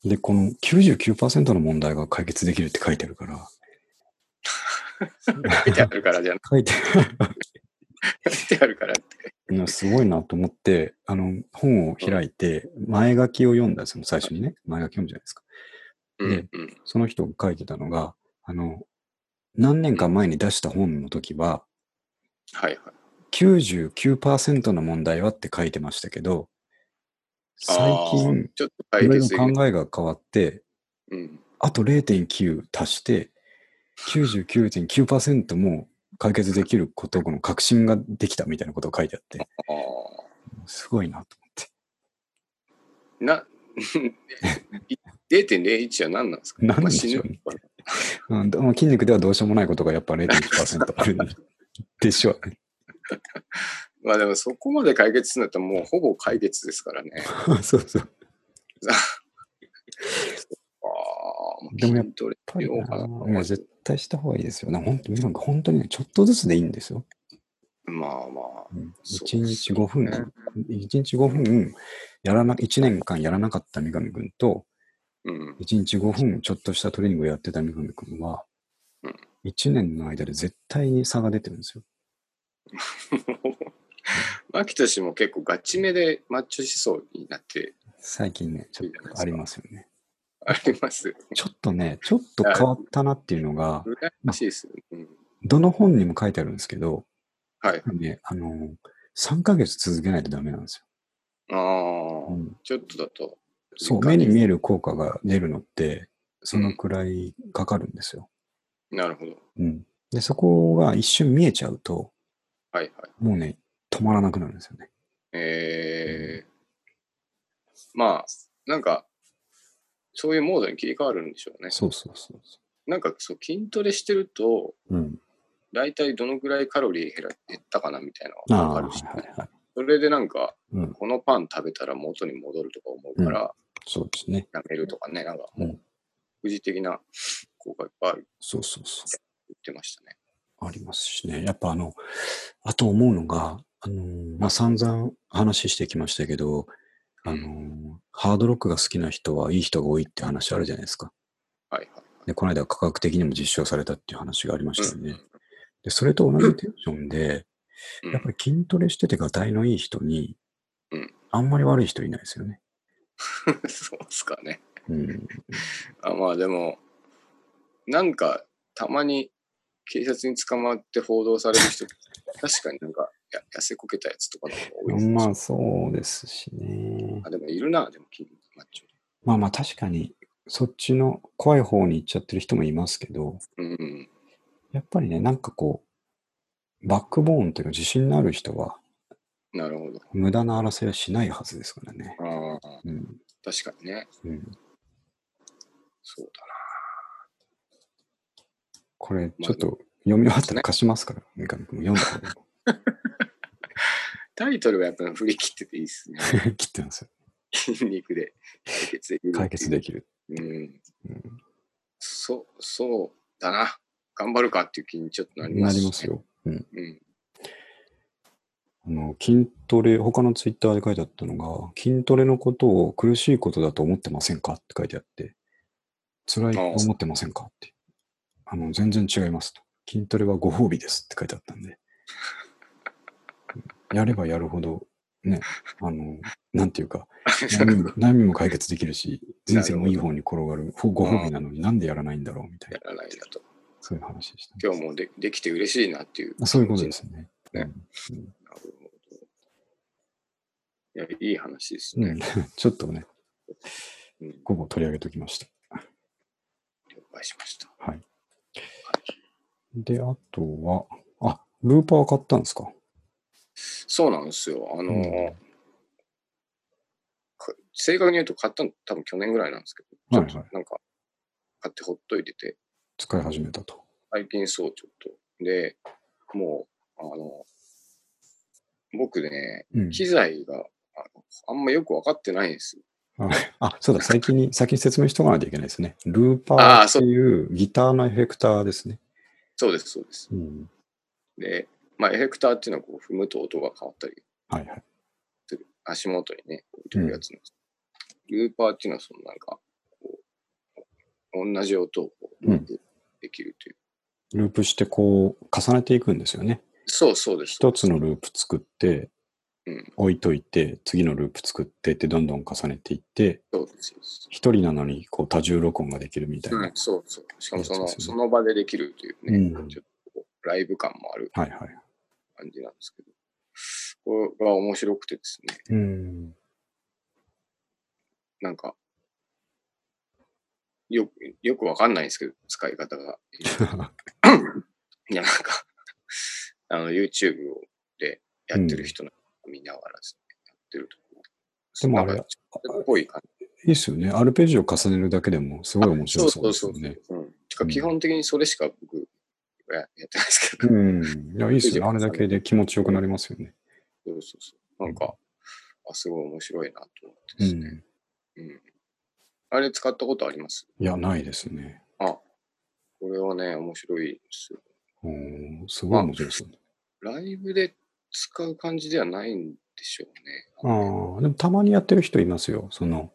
で、この99%の問題が解決できるって書いてあるから。
書いてあるからじゃな
書いて
く書いてあるからって。
いやすごいなと思って、あの、本を開いて、前書きを読んだんですよ、最初にね。前書き読むじゃないですか。
うんうん。
その人が書いてたのが、あの、何年か前に出した本の時は、
はいはい。
99%の問題はって書いてましたけど、最
あ
近
ー、ちょっと
い
解
ろい
決
ろ
でき
考
ない。
えが変わって、
うん。
あと0.9足して、99.9%も解決できることの確信ができたみたいなことを書いてあって、
ああ。
すごいなと思って。
な、0.01は何なんですか
何な
まあ
んで
死
し
ぬ
ょうね。うん、でも筋肉ではどうしようもないことがやっぱ0.1%あるんでしょうね。
まあでもそこまで解決するんだったらもうほぼ解決ですか らね。
そうそう。やっ
ああ、もう
でもやっ
筋トレ
ぱり
しようか
な
な
もう絶対した方がいいですよね。本当になんか本当にね、ちょっとずつでいいんですよ。
まあまあ。
うん、
そう
1日5分、
ね
一日5分やらな、1年間やらなかった三上君と、
うん。
1 日5分ちょっとしたトレーニングをやってた三上君は
うん、
1年の間で絶対に差が出てるんですよ。
牧田氏も結構ガチめでマッチョ思想になって
最近ね、ちょっとありますよね。
あります。
ちょっとね、ちょっと変わったなっていうのが、
羨ましいですよ。うん。
どの本にも書いてあるんですけど、
はい。
ね、あの、3ヶ月続けないとダメなんです
あ
よ。
あ、ちょっとだと。
そう、目に見える効果が出るのって、そのくらいかかるんですよ。
なるほど。
うん。で、そこが一瞬見えちゃうと、
はいはい。
もうね、止まらなくなるんですよね。
えー、まあ、なんか、そういうモードに切り替わるんでしょうね。
そうそうそうそ
なんかそう筋トレしてると、
う。うん。
大体どのぐらいカロリー減ら減ったかなみたいな
あ
の
あ、
が
は
わ
い
か
は
るし、
いはい。
それでなんか、
うん
このパン食べたら元に戻るとか思うから、
そうですね。
やめるとかね、なんか
う
も
ん
う、副次的な効果いっぱいあるって
そうそうそ
言ってましたね。
う。ありますしね。やっぱあの、あと思うのが、あのーまあ、散々話してきましたけど、あのーハードロックが好きな人はいい人が多いって話あるじゃないですか。
はいはい。
で、この間科学的にも実証されたっていう話がありましたよ
う
ね
ん。
で、それと同じテンションで、
うん
やっぱり筋トレしててが体のいい人に
うん、
あんまり悪い人いないですよね。
そうっすかね。
うん。
あまあでも、なんかたまに警察に捕まって報道される人、 確かになんかや痩せこけたやつとかの方が多いです、
まあ、そうですしね。
あ、でもいるな、でも筋マッチョ。
まあまあ、確かに、そっちの怖い方に行っちゃってる人もいますけど、
うんうん。
やっぱりね、なんかこう、バックボーンというか自信のある人は、
なるほど。
無駄な争いはしないはずですからね。
ああ、
うん。
確かにね。
うん、
そうだ
これ、ちょっと読み終わったら貸しますから、三上君も読んだ方がいい
な。タイトルはやっぱり振り切ってていいですね。
切ってますよ。
筋肉で解決できる。
解決できる。
る。うん。
うん
そう、そうだな。頑張るかっていう気にちょっとなりま
な
す、
ります。よ。うん。
うん。
あの、筋トレ、他のツイッターで書いてあったのが、筋トレのことを苦しいことだと思ってませんかって書いてあって、辛いと思ってませんかって。あの、全然違いますと。筋トレはご褒美ですって書いてあったんで。やればやるほど、ね、あの、なんていうか、悩みも悩みも解決できるし、人生もいい方に転がる、ご褒美なのになんでやらないんだろうみたい
や
な、
らないだと。
そういう話でした。
今日もでできて嬉しいなっていう。
あそういうことですよね。うん
ねなるほど。いや、いい話です
うん
ね。、
ちょっとね、
うん。
午後取り上げておきました。
了解しました。
はい。で、あとは、あ、ルーパー買ったんですか
そうなんですよ。あの、
うん
か正確に言うと買ったの多分去年ぐらいなんですけど、
はいはい
ちょっとなんか買ってほっといてて、
使い始めたと。
最近そうちょっと。で、もう、あの、僕ね、
うん。
機材があのあんまよく分かってないんですよ。
あ、そうだ、先 に、先に説明しておかないといけないですね。ルーパー
あー
っていうギターのエフェクターですね。
そうです、そうです。
うん。
で、まあ、エフェクターっていうのはこう踏むと音が変わったり
はいはい。
する。足元にね、置いてるやつなんですルーパーっていうのは、そのなんか、こう、同じ音をこうループできるという。
ループしてこう、重ねていくんですよね。
そうそうです。
一つのループ作って
うん、
置いといて、次のループ作ってってどんどん重ねていって、
そうです。そうです
一人なのにこう多重録音ができるみたいな。
うん、そうそう。しかもその
そうですね
その場でできるというね、
うん
ちょっとこうライブ感もある
はいはい。
感じなんですけど、これが面白くてですね、
うん。
なんか、よく、よくわかんないんですけど、使い方が。いや、なんか、あの、YouTube でやってる人の見ながらですね、やってるとこう。
でもあれ
なんかちょっとっぽい感じ。
いいっすよね。アルペジオを重ねるだけでもすごい面白そうですよね。
そうそうそう。うん。てか、基本的にそれしか僕、ややってないですけど。
うん。いや、いいっすよね。あれだけで気持ちよくなりますよね。
そうそうそう。なんか、あ、すごい面白いなと思って
う
ですね。
ん。
うん。あれ使ったことあります
いや、ないですね。
これはね、面白いですよ。
おーすごい面白そう。
ライブで使う感じではないんでしょうね。
ああ、でもたまにやってる人いますよ。その、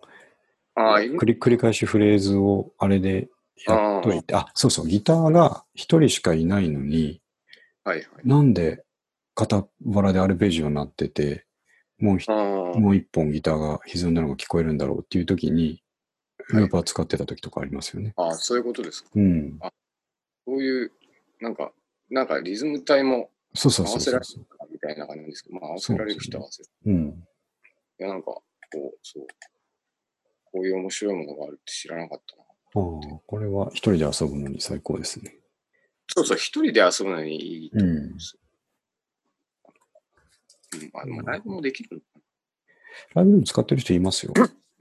ああ、いる
繰り繰り返しフレーズをあれでやっといて、あ、そうそう、ギターが一人しかいないのに、
はいはい。
なんで片腹でアルペジオになってて、もうひ
ああ、
もう一本ギターが歪んだのが聞こえるんだろうっていう時に、ルーパー使ってた時とかありますよね。
ああそういうことですか。
うん。
そういう、なんか、なんかリズム体も
そうそ
合
うそ
わ
う
せ
そう
られるかみたいな感じですけど、まあ合わせられる人は合わせる。
うん。
いや、なんか、こう、そう。こういう面白いものがあるって知らなかったな。
ああ、これは一人で遊ぶのに最高ですね。
そうそう、一人で遊ぶのにいいと思います。うん、まあ、でもライブもできる。
ライブでも使ってる人いますよ。。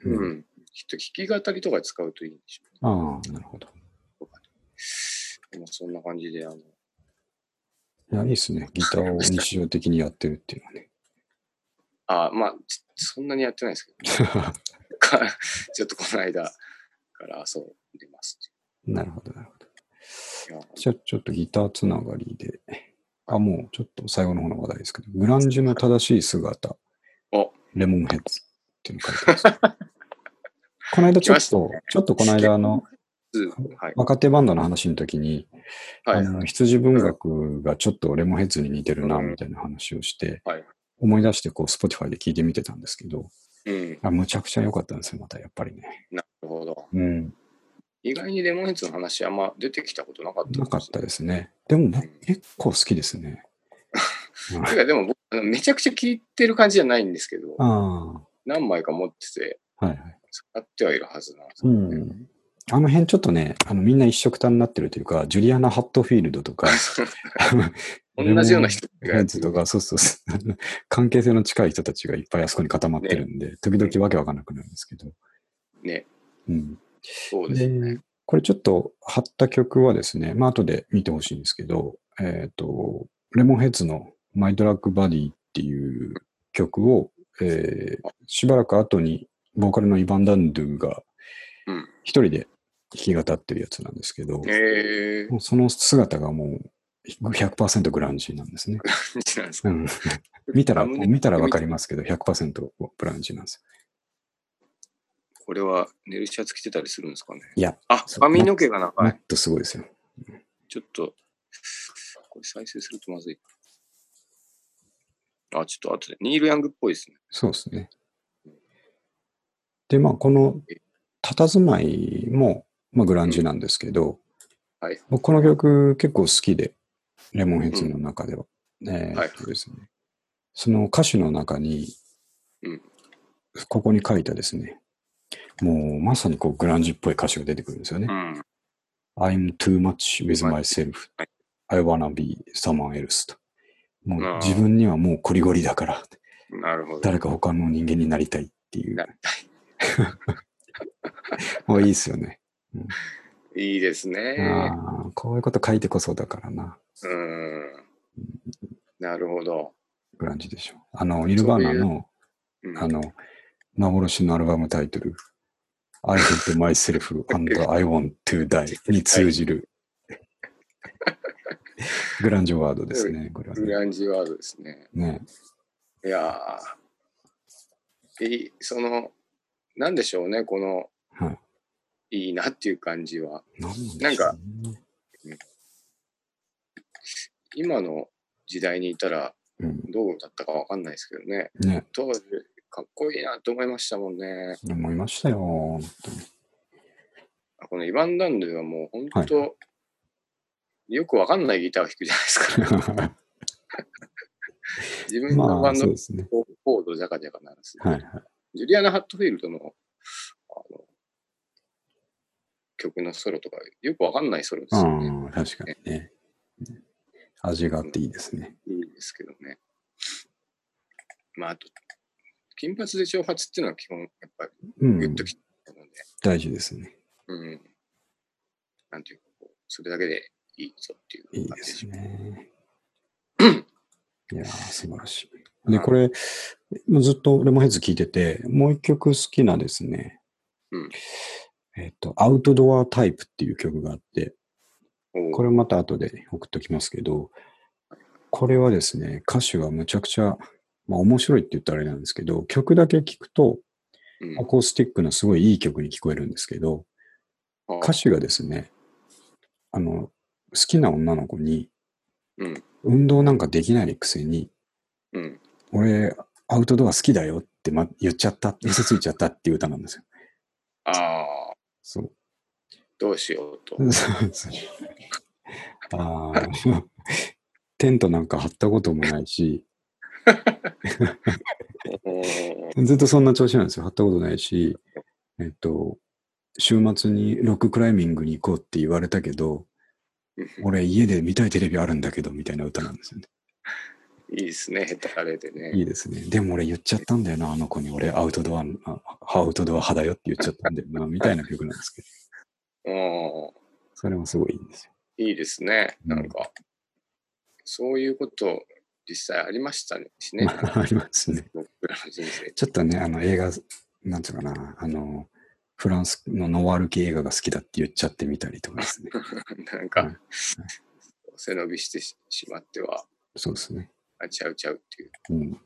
うんん。きっと弾き語りとかで使うといいんでしょうね。
ああ、なるほど。
でもそんな感じで、あの、
いや、いいですね。ギターを日常的にやってるっていうのはね。
あまあ、ちそんなにやってないですけど、か ちょっとこの間から遊んでます
なるほど、なるほど。
いや
じゃあ、ちょっとギターつながりで。あ、もうちょっと最後の方の話題ですけど、グランジュの正しい姿。
お
レモンヘッズっていうの書いてます。この間ちょっ
来ま
と、ちょっとこの間あの、
うんはい。
若手バンドの話の時に、
はい
あ。の羊文学がちょっとレモンヘッズに似てるな、みたいな話をして、
はい
思い出してこう、Spotify で聞いてみてたんですけど、
うん。
あむちゃくちゃ良かったんですよ、またやっぱりね。
なるほど。
うん。
意外にレモンヘッズの話あんま出てきたことなかったです
なかったですね。でも僕結構好きですね。
てかでも僕あの、めちゃくちゃ聞いてる感じじゃないんですけど、
ああ、は
何枚か持ってて、
いはい。
使ってはいるはずなんです
う
よね
ん。あの辺ちょっとね、あのみんな一色たになってるというか、ジュリアナ・ハットフィールドと か、
同じような人
レモンヘッズとか、そうそうそう。 関係性の近い人たちがいっぱいあそこに固まってるんで、時々わけわかんなくなるんですけど。
ね、
うん。
そうですね。
これちょっと貼った曲はですね、まあ後で見てほしいんですけど、えっ、と、レモンヘッズのマイドラッグバディっていう曲を、えーしばらく後にボーカルのイヴァン・ダンドゥが
うん
一人で弾き語ってるやつなんですけど、
えー、
もうその姿がもう100%グランジーなんです ね。
感じなんですか
うん、見たら、
ラムネ
見たらわかりますけど、100%ブランジーなんです。
これは寝るシャツ着てたりするんですかね。
いや、
あ、
そう
髪の毛が長
も
い。
っとすごいですよ。
ちょっと、これ再生するとまずい。あ、ちょっと後で。ニール・ヤングっぽいですね。
そうですね。で、まあ、この佇まいも、まあ、グランジなんですけど、
うんはい
僕この曲結構好きで、レモンヘッズの中では。えー
はい
そうですね。その歌詞の中に、
うん
ここに書いたですね、もうまさにこうグランジっぽい歌詞が出てくるんですよね。
うん。
I'm too much with
は
myself.
はい
I wanna be someone else と。も
あ
う
ー
自分にはもうコリゴリだから。
なるほど。
誰か他の人間になりたいっていう
なり。
もういいですよね。
いいですね。
ああ、こういうこと書いてこそだからな。
うん。なるほど。
グランジでしょ。あの、ニルバーナの、
うん
あの、幻のアルバムタイトル、I hate myself and I want to die に通じるグランジワードですね、これは、
グランジワードですね。
ね。
いやーえ、その、なんでしょうね、この、
はい
いいなっていう感じは。
い。なんです
なんか
ね
今の時代にいたら
うん。
どうだったかわかんないですけどね。
ね。
当時、かっこいいなと思いましたもんね。
思いましたよ。本当に
このイヴァン・ダンドゥはもう本当、よくわかんないギターを弾くじゃないです か。自分の
ま
バ
あ、
ン
そう
ド
ですね。
コードジャカジャカ鳴らす。
はいはい。
ジュリアナ・ハットフィールドのあの曲のソロとか、よくわかんないソロですよね。
うん、確かにね。味があっていいですね。
いいですけどね。まあ、あと、金髪で挑発っていうのは基本、やっぱり
う
グ
ん
ッと、きたので、
大事ですね。
うん。なんていうかこう、それだけでいいぞっていう
いい
感
で
じし
す
ょ
ね。いやー、素晴らしい。
う
で、
ん
これ、もうずっとレモンヘッズ聴いてて、もう一曲好きなですね、
うん
えっ、と、アウトドアタイプっていう曲があって、
おう
これまた後で送っときますけど、これはですね、歌手はむちゃくちゃ、まあ面白いって言ったらあれなんですけど、曲だけ聴くと、
うん
アコースティックのすごいいい曲に聞こえるんですけど、
あ
歌手がですね、あの、好きな女の子に、
うん
運動なんかできないくせに、
うん。
俺、アウトドア好きだよって、ま、言っちゃった、嘘ついちゃったっていう歌なんですよ。
ああ、
そう。
どうしようと。
そうそうあーテントなんか張ったこともないし、
おう
ずっとそんな調子なんですよ。張ったことないし、えっと、週末にロッククライミングに行こうって言われたけど、俺家で見たいテレビあるんだけど、みたいな歌なんですよね。
いいですね、ヘタレでね。
いいですね。でも俺言っちゃったんだよな、あの子に。俺アウトドアの、あアウトドア派だよって言っちゃったんだよな、みたいな曲なんですけど。
おう
それもすごいいいんですよ。
いいですね、
うん
なんか。そういうこと、実際ありましたねし ね、
ありますね。
僕らの人生。
ちょっとね、あの映画、なんていうのかな、あの、フランスのノワール系映画が好きだって言っちゃってみたりとかですね。
なん
うん
か、背伸びしてししまっては、
そうですね。
あちゃうちゃうっていう。
うん。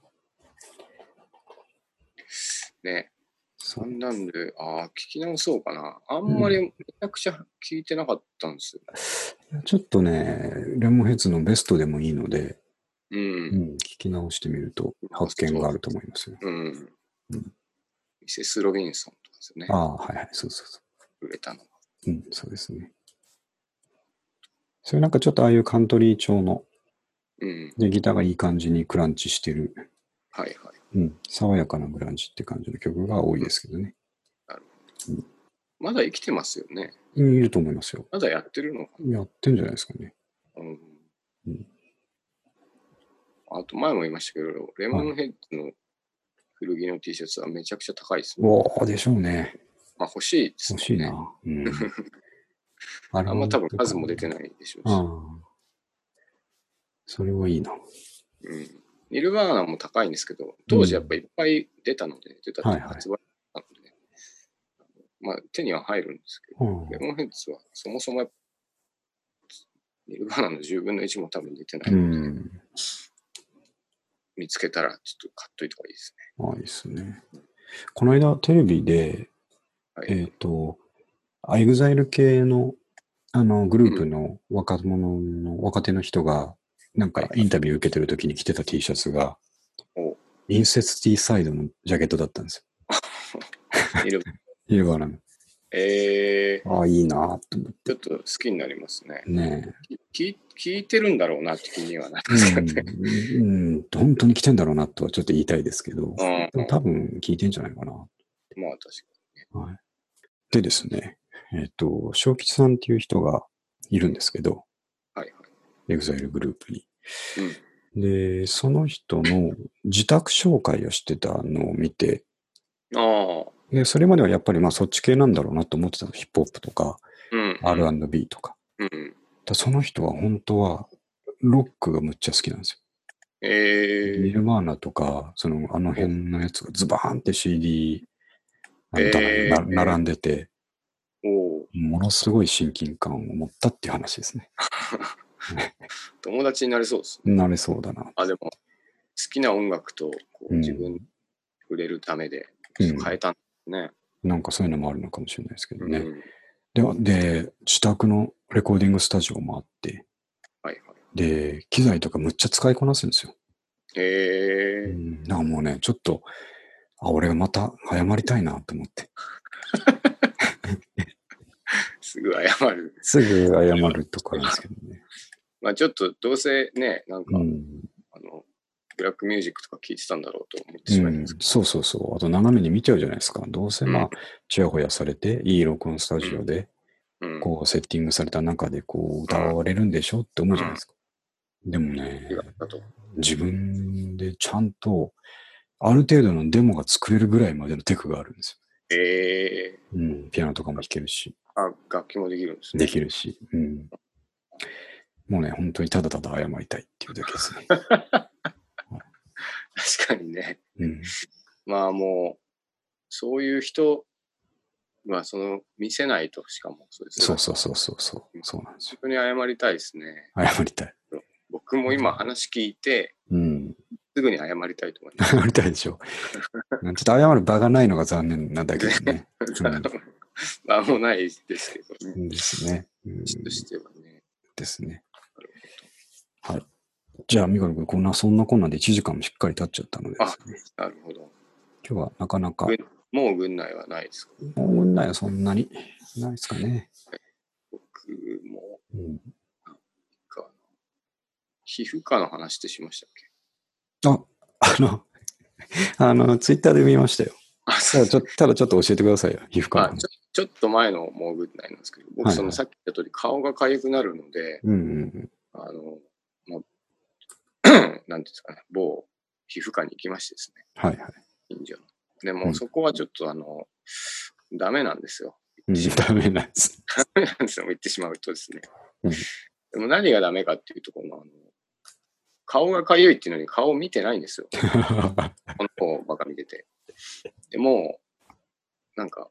ね。
そ
な
うん
なんで、ああ、聞き直そうかな。あんまりめちゃくちゃ聞いてなかったんですよ。
ちょっとね、レモンヘッズのベストでもいいので、
う。
うんん、聞き直してみると発見があると思いますよ。
うん。
うん
ミセス・ロビンソンとかですよね
あ。あ、はいはい、そうそうそう。
売れたの。
うん、そうですね。それなんかちょっとああいうカントリー調の、
うん。
で、ギターがいい感じにクランチしてる、
はいはい。
うん、爽やかなクランチって感じの曲が多いですけどね。
まだ生きてますよね。
うんいると思いますよ。
まだやってるのか
やってんじゃないですかね。
な。うん
うん
あと前も言いましたけど、レモンヘッドの古着の T シャツはめちゃくちゃ高いですね。
おおでしょうね。
まあ欲しいです
欲
も
し
ん
い
ね。
な。うん。あ
あんま多分数も出て
ない。
ないでしょうし
あ。あ。それはいいな。
うんニルバーナも高いんですけど、当時やっぱいっぱい出たので、出たって
は
いうか
いはい
発売なので、まあ手には入るんですけど、
うん。
レモンヘッズはそもそもやっぱニルバーナの10分の1も多分出てないうので、
ん。
見つけたらちょっと買っといた方がいいです
ああ、いいですね。この間、テレビで、え
ね。は
っ、
い。
と、エグザイル系のあのグループの若者の、若手の人が、なんかインタビュー受けてる時に着てた T シャツが
お、
インセスティサイドのジャケットだったんです
ニルバーナ
よ。イルバラの。
えー、
ああ、いいなぁと思っ
ち
て
ょっ。と好きになりますね。
ね
聞聞いてるんだろうなって気にはなり
え。
ますけどね。
うん、うん本当に着てんだろうなとはちょっと言いたいですけど、
うん
でも多分聞いてんじゃないかな。
まあ確か
はい、でですね、えっ、と、正吉さんっていう人がいるんですけど、
に。はいはい。
エグザイルグループに。で、その人の自宅紹介をしてたのを見て、
うん、ああ、
で、それまではやっぱりまあそっち系なんだろうなと思ってたの。ヒップホップとか、
うん。
R&B とか。
うん。
ただその人は本当は、ロックがむっちゃ好きなんです
え
よ。
ー
ニ、ルマーナとか、そのあの辺のやつがズバーンって CD、あの
えー
な並んでて、
おう
ものすごい親近感を持ったっていう話ですね。
友達になれそうです、
ね。なれそうだな。
あ、でも、好きな音楽とこう自分に触れるためで、変えたんですね、
うん、なんかそういうのもあるのかもしれないですけどね。うん、でで、自宅のレコーディングスタジオもあって、
はいはい、
で、機材とかむっちゃ使いこなすんですよ。。
へえー、うん
なんかもうね、ちょっと、あ、俺がまた謝りたいなと思って。
すぐ謝る。
すぐ謝るとかですけどね。
まあちょっとどうせね、なんか、うん、あの、ブラックミュージックとか聞いてたんだろうと思ってしまいます、
うん、そうそうそう。あと斜めに見ちゃうじゃないですか。どうせまあ、ちやほやされて、いい録音スタジオで、うん、こう、セッティングされた中で、こう、歌われるんでしょって思うじゃないですか。でもね、自分でちゃんと、ある程度のデモが作れるぐらいまでのテクがあるんです
よ。え
えー、うん、ピアノとかも弾けるし。
あ、楽器もできるんです
ね。できるし。うん。もうね、本当にただただ謝りたいっていうだけですね。
確かにね。
うん、
まあもう、そういう人は、その、見せないと、しかも
そうです、ね、そうそうそうそうそう。そうなんですよ。
本当に謝りたいですね。
謝りたい。
僕も今話聞いて、
うん、
すぐに謝りたいと思います。
謝りたいでしょ。ちょっと謝る場がないのが残念なんだけどね。
場もないですけど
ね。ですね。
うん、としてはね。
ですね。はい。じゃあ、三上君、こんな、そんなこんなで1時間もしっかり経っちゃったので、ね、
あ、なるほど。
今日はなかなか。
もう軍内はないですか、
ね、もう軍内はそんなにないですかね。
はい、僕も、
うん、
か皮膚科の話ってしましたっ
けあ、あの、 あの、ツイッターで見ましたよ。
あ
ただちょただちょっと教えてくださいよ、皮膚科の話。
ちょっと前のもうぐらいなんですけど、僕、そのさっき言った通り、顔が痒くなるので、あの、まあ、 なんですかね、某皮膚科に行きましてですね。
はいはい。
近所の。でも、そこはちょっと、あの、うん、ダメなんですよ。
うん、ダメなんです。
ダメなんですよ、言ってしまうとですね。うん、でも何がダメかっていうと、この、あの、顔が痒いっていうのに顔を見てないんですよ。この方ばか見てて。でも、なんか、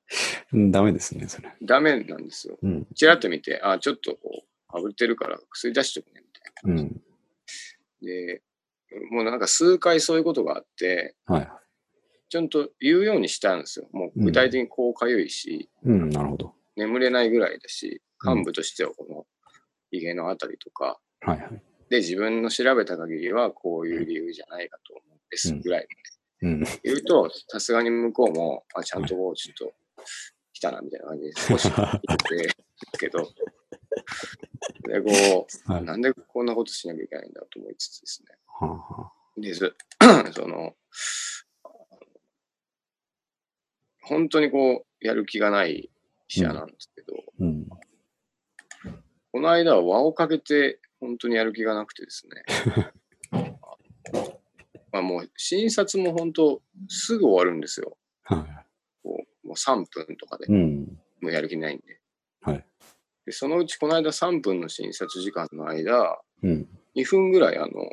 ダメですね、それ。
ダメなんですよ。
うん、
ちらっと見て、あ、ちょっとこう、あぶってるから薬出しとくね、みたいな。うん、で、もうなんか数回そういうことがあって、
はい、
ちゃんと言うようにしたんですよ。もう具体的にこうかゆいし、
うん、うん、なるほど。
眠れないぐらいだし、幹部としてはこの、ひげのあたりとか、
はいはい、
で、自分の調べた限りはこういう理由じゃないかと思うんですぐらい、
うん、
言うと、さすがに向こうも、あ、ちゃんとちょっと来たなみたいな感じで少し聞いてけど、で、こう、はい、なんでこんなことしなきゃいけないんだと思いつつですね。
はは
で、 その、本当にこう、やる気がない医者なんですけど、
うん、
この間は輪をかけて、本当にやる気がなくてですね。まあ、もう診察も本当すぐ終わるんですよ。、
はい
もう3分とかで、
うん、
もうやる気ないんで,、
はい、
で。そのうちこの間3分の診察時間の間、
うん、
2分ぐら いあの、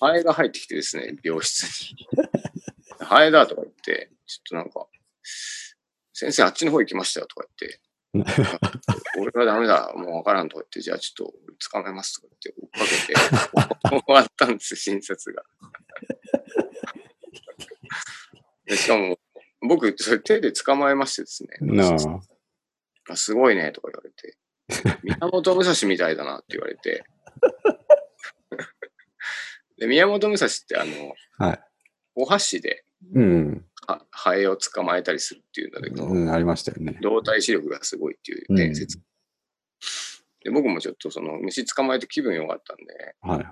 ハエが入ってきてですね、病室に。 ハエだとか言って、ちょっとなんか、先生あっちの方行きましたよとか言って、 俺はダメだ、もうわからんとか言って、じゃあちょっとつかめますとか言って追っかけて、 終わったんですよ、診察が。でしかも、僕、それ手で捕まえましてですね。
な
あ。すごいね、とか 言われて。源武蔵みたいだなって言われて。 で宮本武蔵って、あの、
はい、
お箸で、
うん、、
はハエを捕まえたりするっていうんだけど、うん
ありましたよね。
動体視力がすごいっていう伝説。うん、で僕もちょっとその虫捕まえて気分良かったんで、
はい、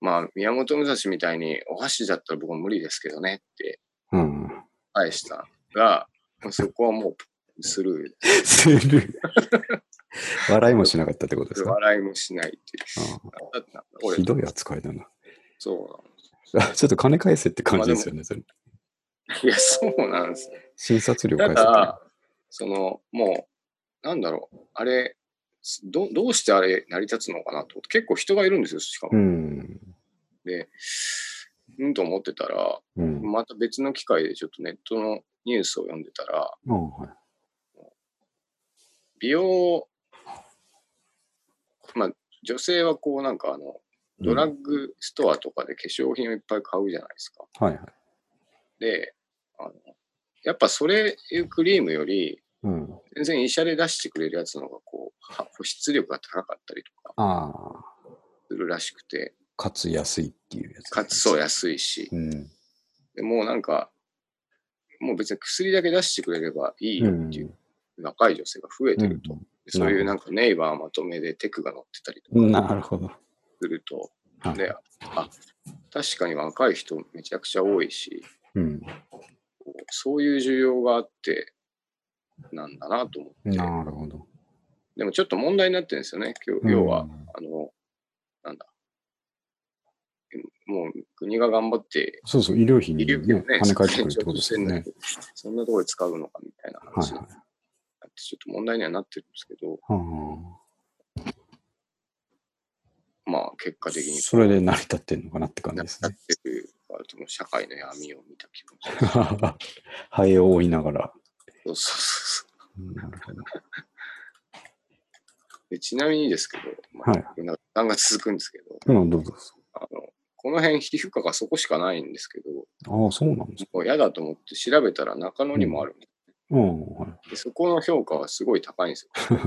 まあ、宮本武蔵みたいにお箸だったら僕は無理ですけどねって
うん、
返したが、そこはもうスル
ー。スルー。笑いもしなかったってことですか
笑いもしないって
いう。ひどい扱いだな。
そうなん
ちょっと金返せって感じですよね、それ。
いや、そうなんですね。
診察料
返せただ、その、もう、なんだろう、あれ、どどうしてあれ成り立つのかなと結構人がいるんですよ、しかも。
うん、
で、うんと思ってたら、
うん、
また別の機会でちょっとネットのニュースを読んでたら、
はい、
美容、まあ、女性はこうなんかあの、ドラッグストアとかで化粧品をいっぱい買うじゃないですか。
はいはい。
で、あのやっぱそれいうクリームより、
うん。
全然医者で出してくれるやつの方がこう、は保湿力が高かったりとか
ああ、
するらしくて、
かつ安いっていうやつ。
かつそう安いし、
うん。
でもうなんか、もう別に薬だけ出してくれればいいよっていう若い女性が増えてると。
うん
でそういうなんかネイバーまとめでテクが乗ってたりとか
うんなるほど。
すると、
はい
で、あ、確かに若い人めちゃくちゃ多いし、
うん。
こうそういう需要があって、なんだなと思って。
なるほど。
でもちょっと問題になってるんですよね。今日要は、
うん。
あの、なんだ。もう国が頑張って、
そうそう、医療費
医
に、ね
療費をね、
跳ね返ってくるってことですよね。
そんなところで使うのかみたいな
はい
話に
は
ないって、。ちょっと問題にはなってるんですけど、
は
まあ結
あ
果的に
それで成り立ってんのかなって感じ
なっ
ですね。
てる、あともう社会の闇を見た気分。
ハエを追いながら。
そうそうそうそ
うんなるほど。
うでちなみにですけど、ま
はい
あ、なんか負担が続くんですけど、
うん、どうぞ。
あのこの辺皮膚科がそこしかないんですけど、
ああ、そうなんですか。
もう嫌だと思って調べたら中野にもあるんで
うん、はい。
でそこの評価はすごい高いんですよ。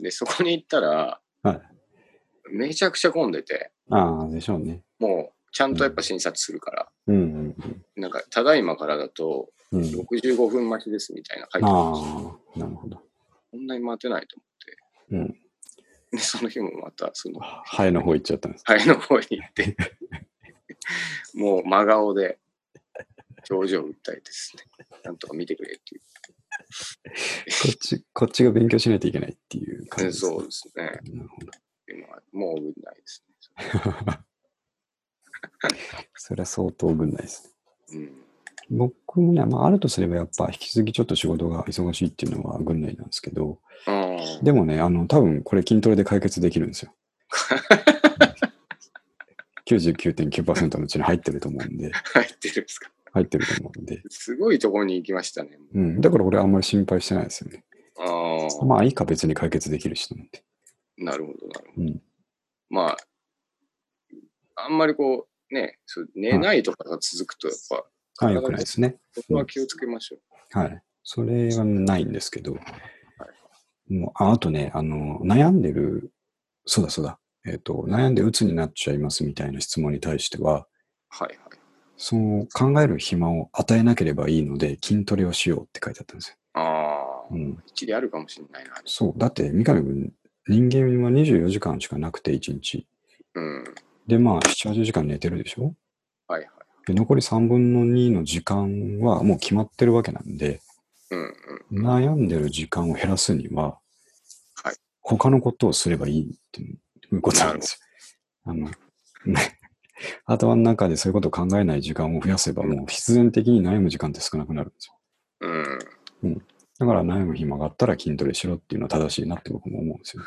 で、そこに行ったら、
はい
めちゃくちゃ混んでて、
ああ、でしょうね。
もうちゃんとやっぱ診察するから、
うん、
なんか、ただいまからだと
うん、うん。
65分待ちですみたいな書いてあるんですよ
ああ、なるほど。
こんなに待てないと思って。で、その日もまた、その、
ハエの方行っちゃったんです。
ハエの方に行って、もう真顔で表情を訴えてですね、なんとか見てくれっていう
こっち、こっちが勉強しないといけないっていう感じで
感じ。
す、ね。
そうですね。
なるほど。
今もう危ないです
それは相当ぐんないですね。
ね。うん。
僕もね、まあ、あるとすればやっぱ引き続きちょっと仕事が忙しいっていうのはぐんないなんですけど、
ああ、
でもね、あの、多分これ筋トレで解決できるんです よ。99.9%のうちに入ってると思うんで、
入ってるんですか。
入ってると思うんで。
すごいところに行きましたね。
うん。だから俺あんまり心配してないですよね。
ああ、
まあいいか別に解決できるしと思って。
なるほど、なるほど。
うん。
まあ、あんまりこう、ね、そう寝ないとかが続くと、やっぱ、
ああ、よくないですね。
そこは気をつけましょう。
はい。それはないんですけど。もうああとね、あの、悩んでる、そうだそうだ。えっ、と、悩んで鬱になっちゃいますみたいな質問に対しては、
はいはい。
その考える暇を与えなければいいので筋トレをしようって書いてあったんですよ。
ああ
う、ん。
一理あるかもしれないな。
そう。だって三上君、人間は24時間しかなくて1日。
うん。
で、まあ7、8時間寝てるでしょ
はいはい。
で、残り3分の2の時間はもう決まってるわけなんで、
うんうん。
悩んでる時間を減らすには、
はい
他のことをすればいいっていうことなんですよ。あの、ね 頭の中でそういうことを考えない時間を増やせば、もう必然的に悩む時間って少なくなるんですよ。
うん。
だから悩む暇があったら筋トレしろっていうのは正しいなって僕も思うんですよ。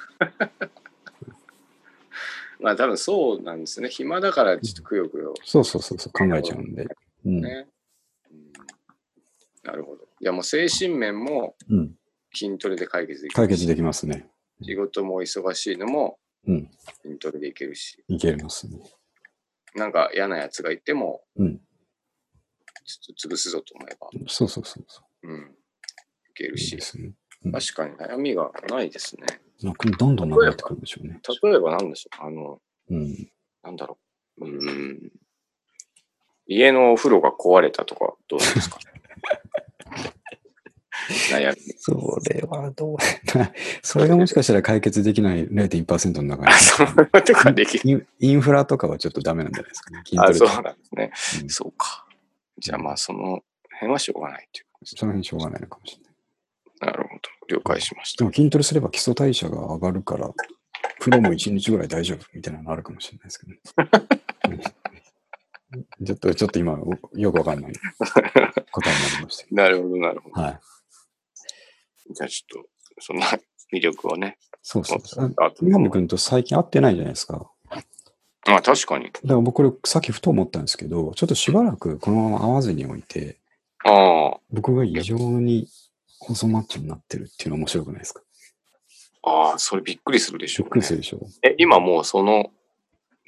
まあ多分そうなんですね。暇だからちょっとくよくよ
そうそうそうそう、考えちゃうんで。うん。
ね。うんなるほど。いやもう精神面も
うん、
筋トレで解決でき
解
る
決
し。
できますね。
仕事も忙しいのも
うん。
筋トレでいけるし、
いけますね。
なんか嫌なやつがいても、
うん
ちょっと潰すぞと思えば、
そうそうそうそ
うん、いけ
う。
る
いい
し
で、すね。
確かに悩みがないですね。
なんかどんどん流れてくるんでしょうね。
例えばなんでしょう、あの、
うん。
なんだろう。うーん。家のお風呂が壊れたとか、どうで すか悩み。
それはどう それがもしかしたら解決できない0.1%の中
あ、 そんなとかできる。
に、インインフラとかはちょっとダメなんじゃないですかね。筋トレ
あ、
と
そう
か
なんですね。
うん
そうか。じゃあまあ、その辺はしょうがないということです
その辺しょうがないのかもしれない。
なるほど。了解しまし
で
た。
も筋トレすれば基礎代謝が上がるから、プロも1日ぐらい大丈夫みたいなのあるかもしれないですけど、ね うんちょっと、ちょっと今、よくわかんない答えになりましたけ
なるほど、なるほ
ど。はい。
ど。じゃあちょっと、そんな魅力をね。
そうそう そう。
あ
三上君と最近会ってないじゃないですか。
あ、確かに。
だから僕、これさっきふと思ったんですけど、ちょっとしばらくこのまま会わずにおいて、
ああ、
僕が異常に細マッチョになってるっていうの面白くないですか
ああ、それびっくりするでしょ
びっくりするでしょ。
え、今もうその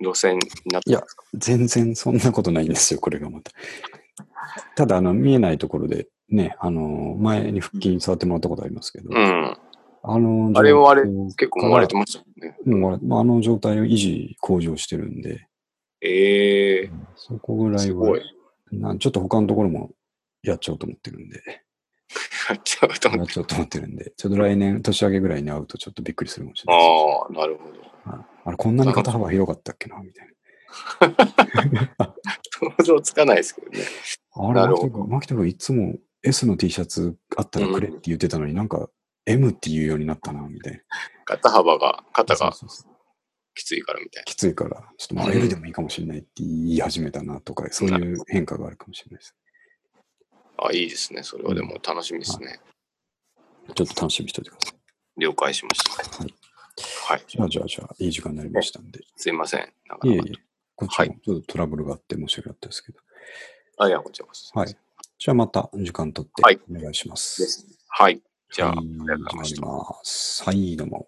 路線になって
いや、全然そんなことないんですよ、これがまた。ただ、あの、見えないところで、ね、あの、前に腹筋触ってもらったことありますけど、
うん。
あの、
あれはあれ、
状況
結構割れてましたもんね。
うん割れまああの状態を維持、向上してるんで、
ええ
そこぐらい
す
は
ごい。
なんちょっと他のところもやっちゃおうと思ってるんで、
やっちゃうと思
や
っ
ってちゃおうと思ってるんで、ちょっと来年、年明けぐらいに会うとちょっとびっくりするかもしれないです。
ああ、なるほど。
ああれ、こんなに肩幅広かったっけなみたい
想像つかないですけどね。
な。あれ、
なる
マ
ほ
キ
ど
ト君、マキト君いつも S の T シャツあったらくれって言ってたのに、なんか M って言うようになったな、みたいな。
肩幅が、肩
そう
が
そうそう
きついからみたい
きついから、ちょっとまあ
うん
L でもいいかもしれないって言い始めたなとか、そういう変化があるかもしれないです。
な。あ、いいですね。それはでも楽しみですね。
ちょっと楽しみにしておいてください。
了解しました。
はい。
はい。
じゃあ、じゃあ、じゃあ、いい時間になりましたんで。
すいません。なんか
いえいえ、こっち
は
も
い
ちょっとトラブルがあって申し訳なかったですけど。
あ、いや、こちらこそ。
はい。じゃあ、また時間取って
はい
お願いしま。
ですすね。はい。じゃ
は
あ、
い
ありがとうございました
始まりますはい、どうも。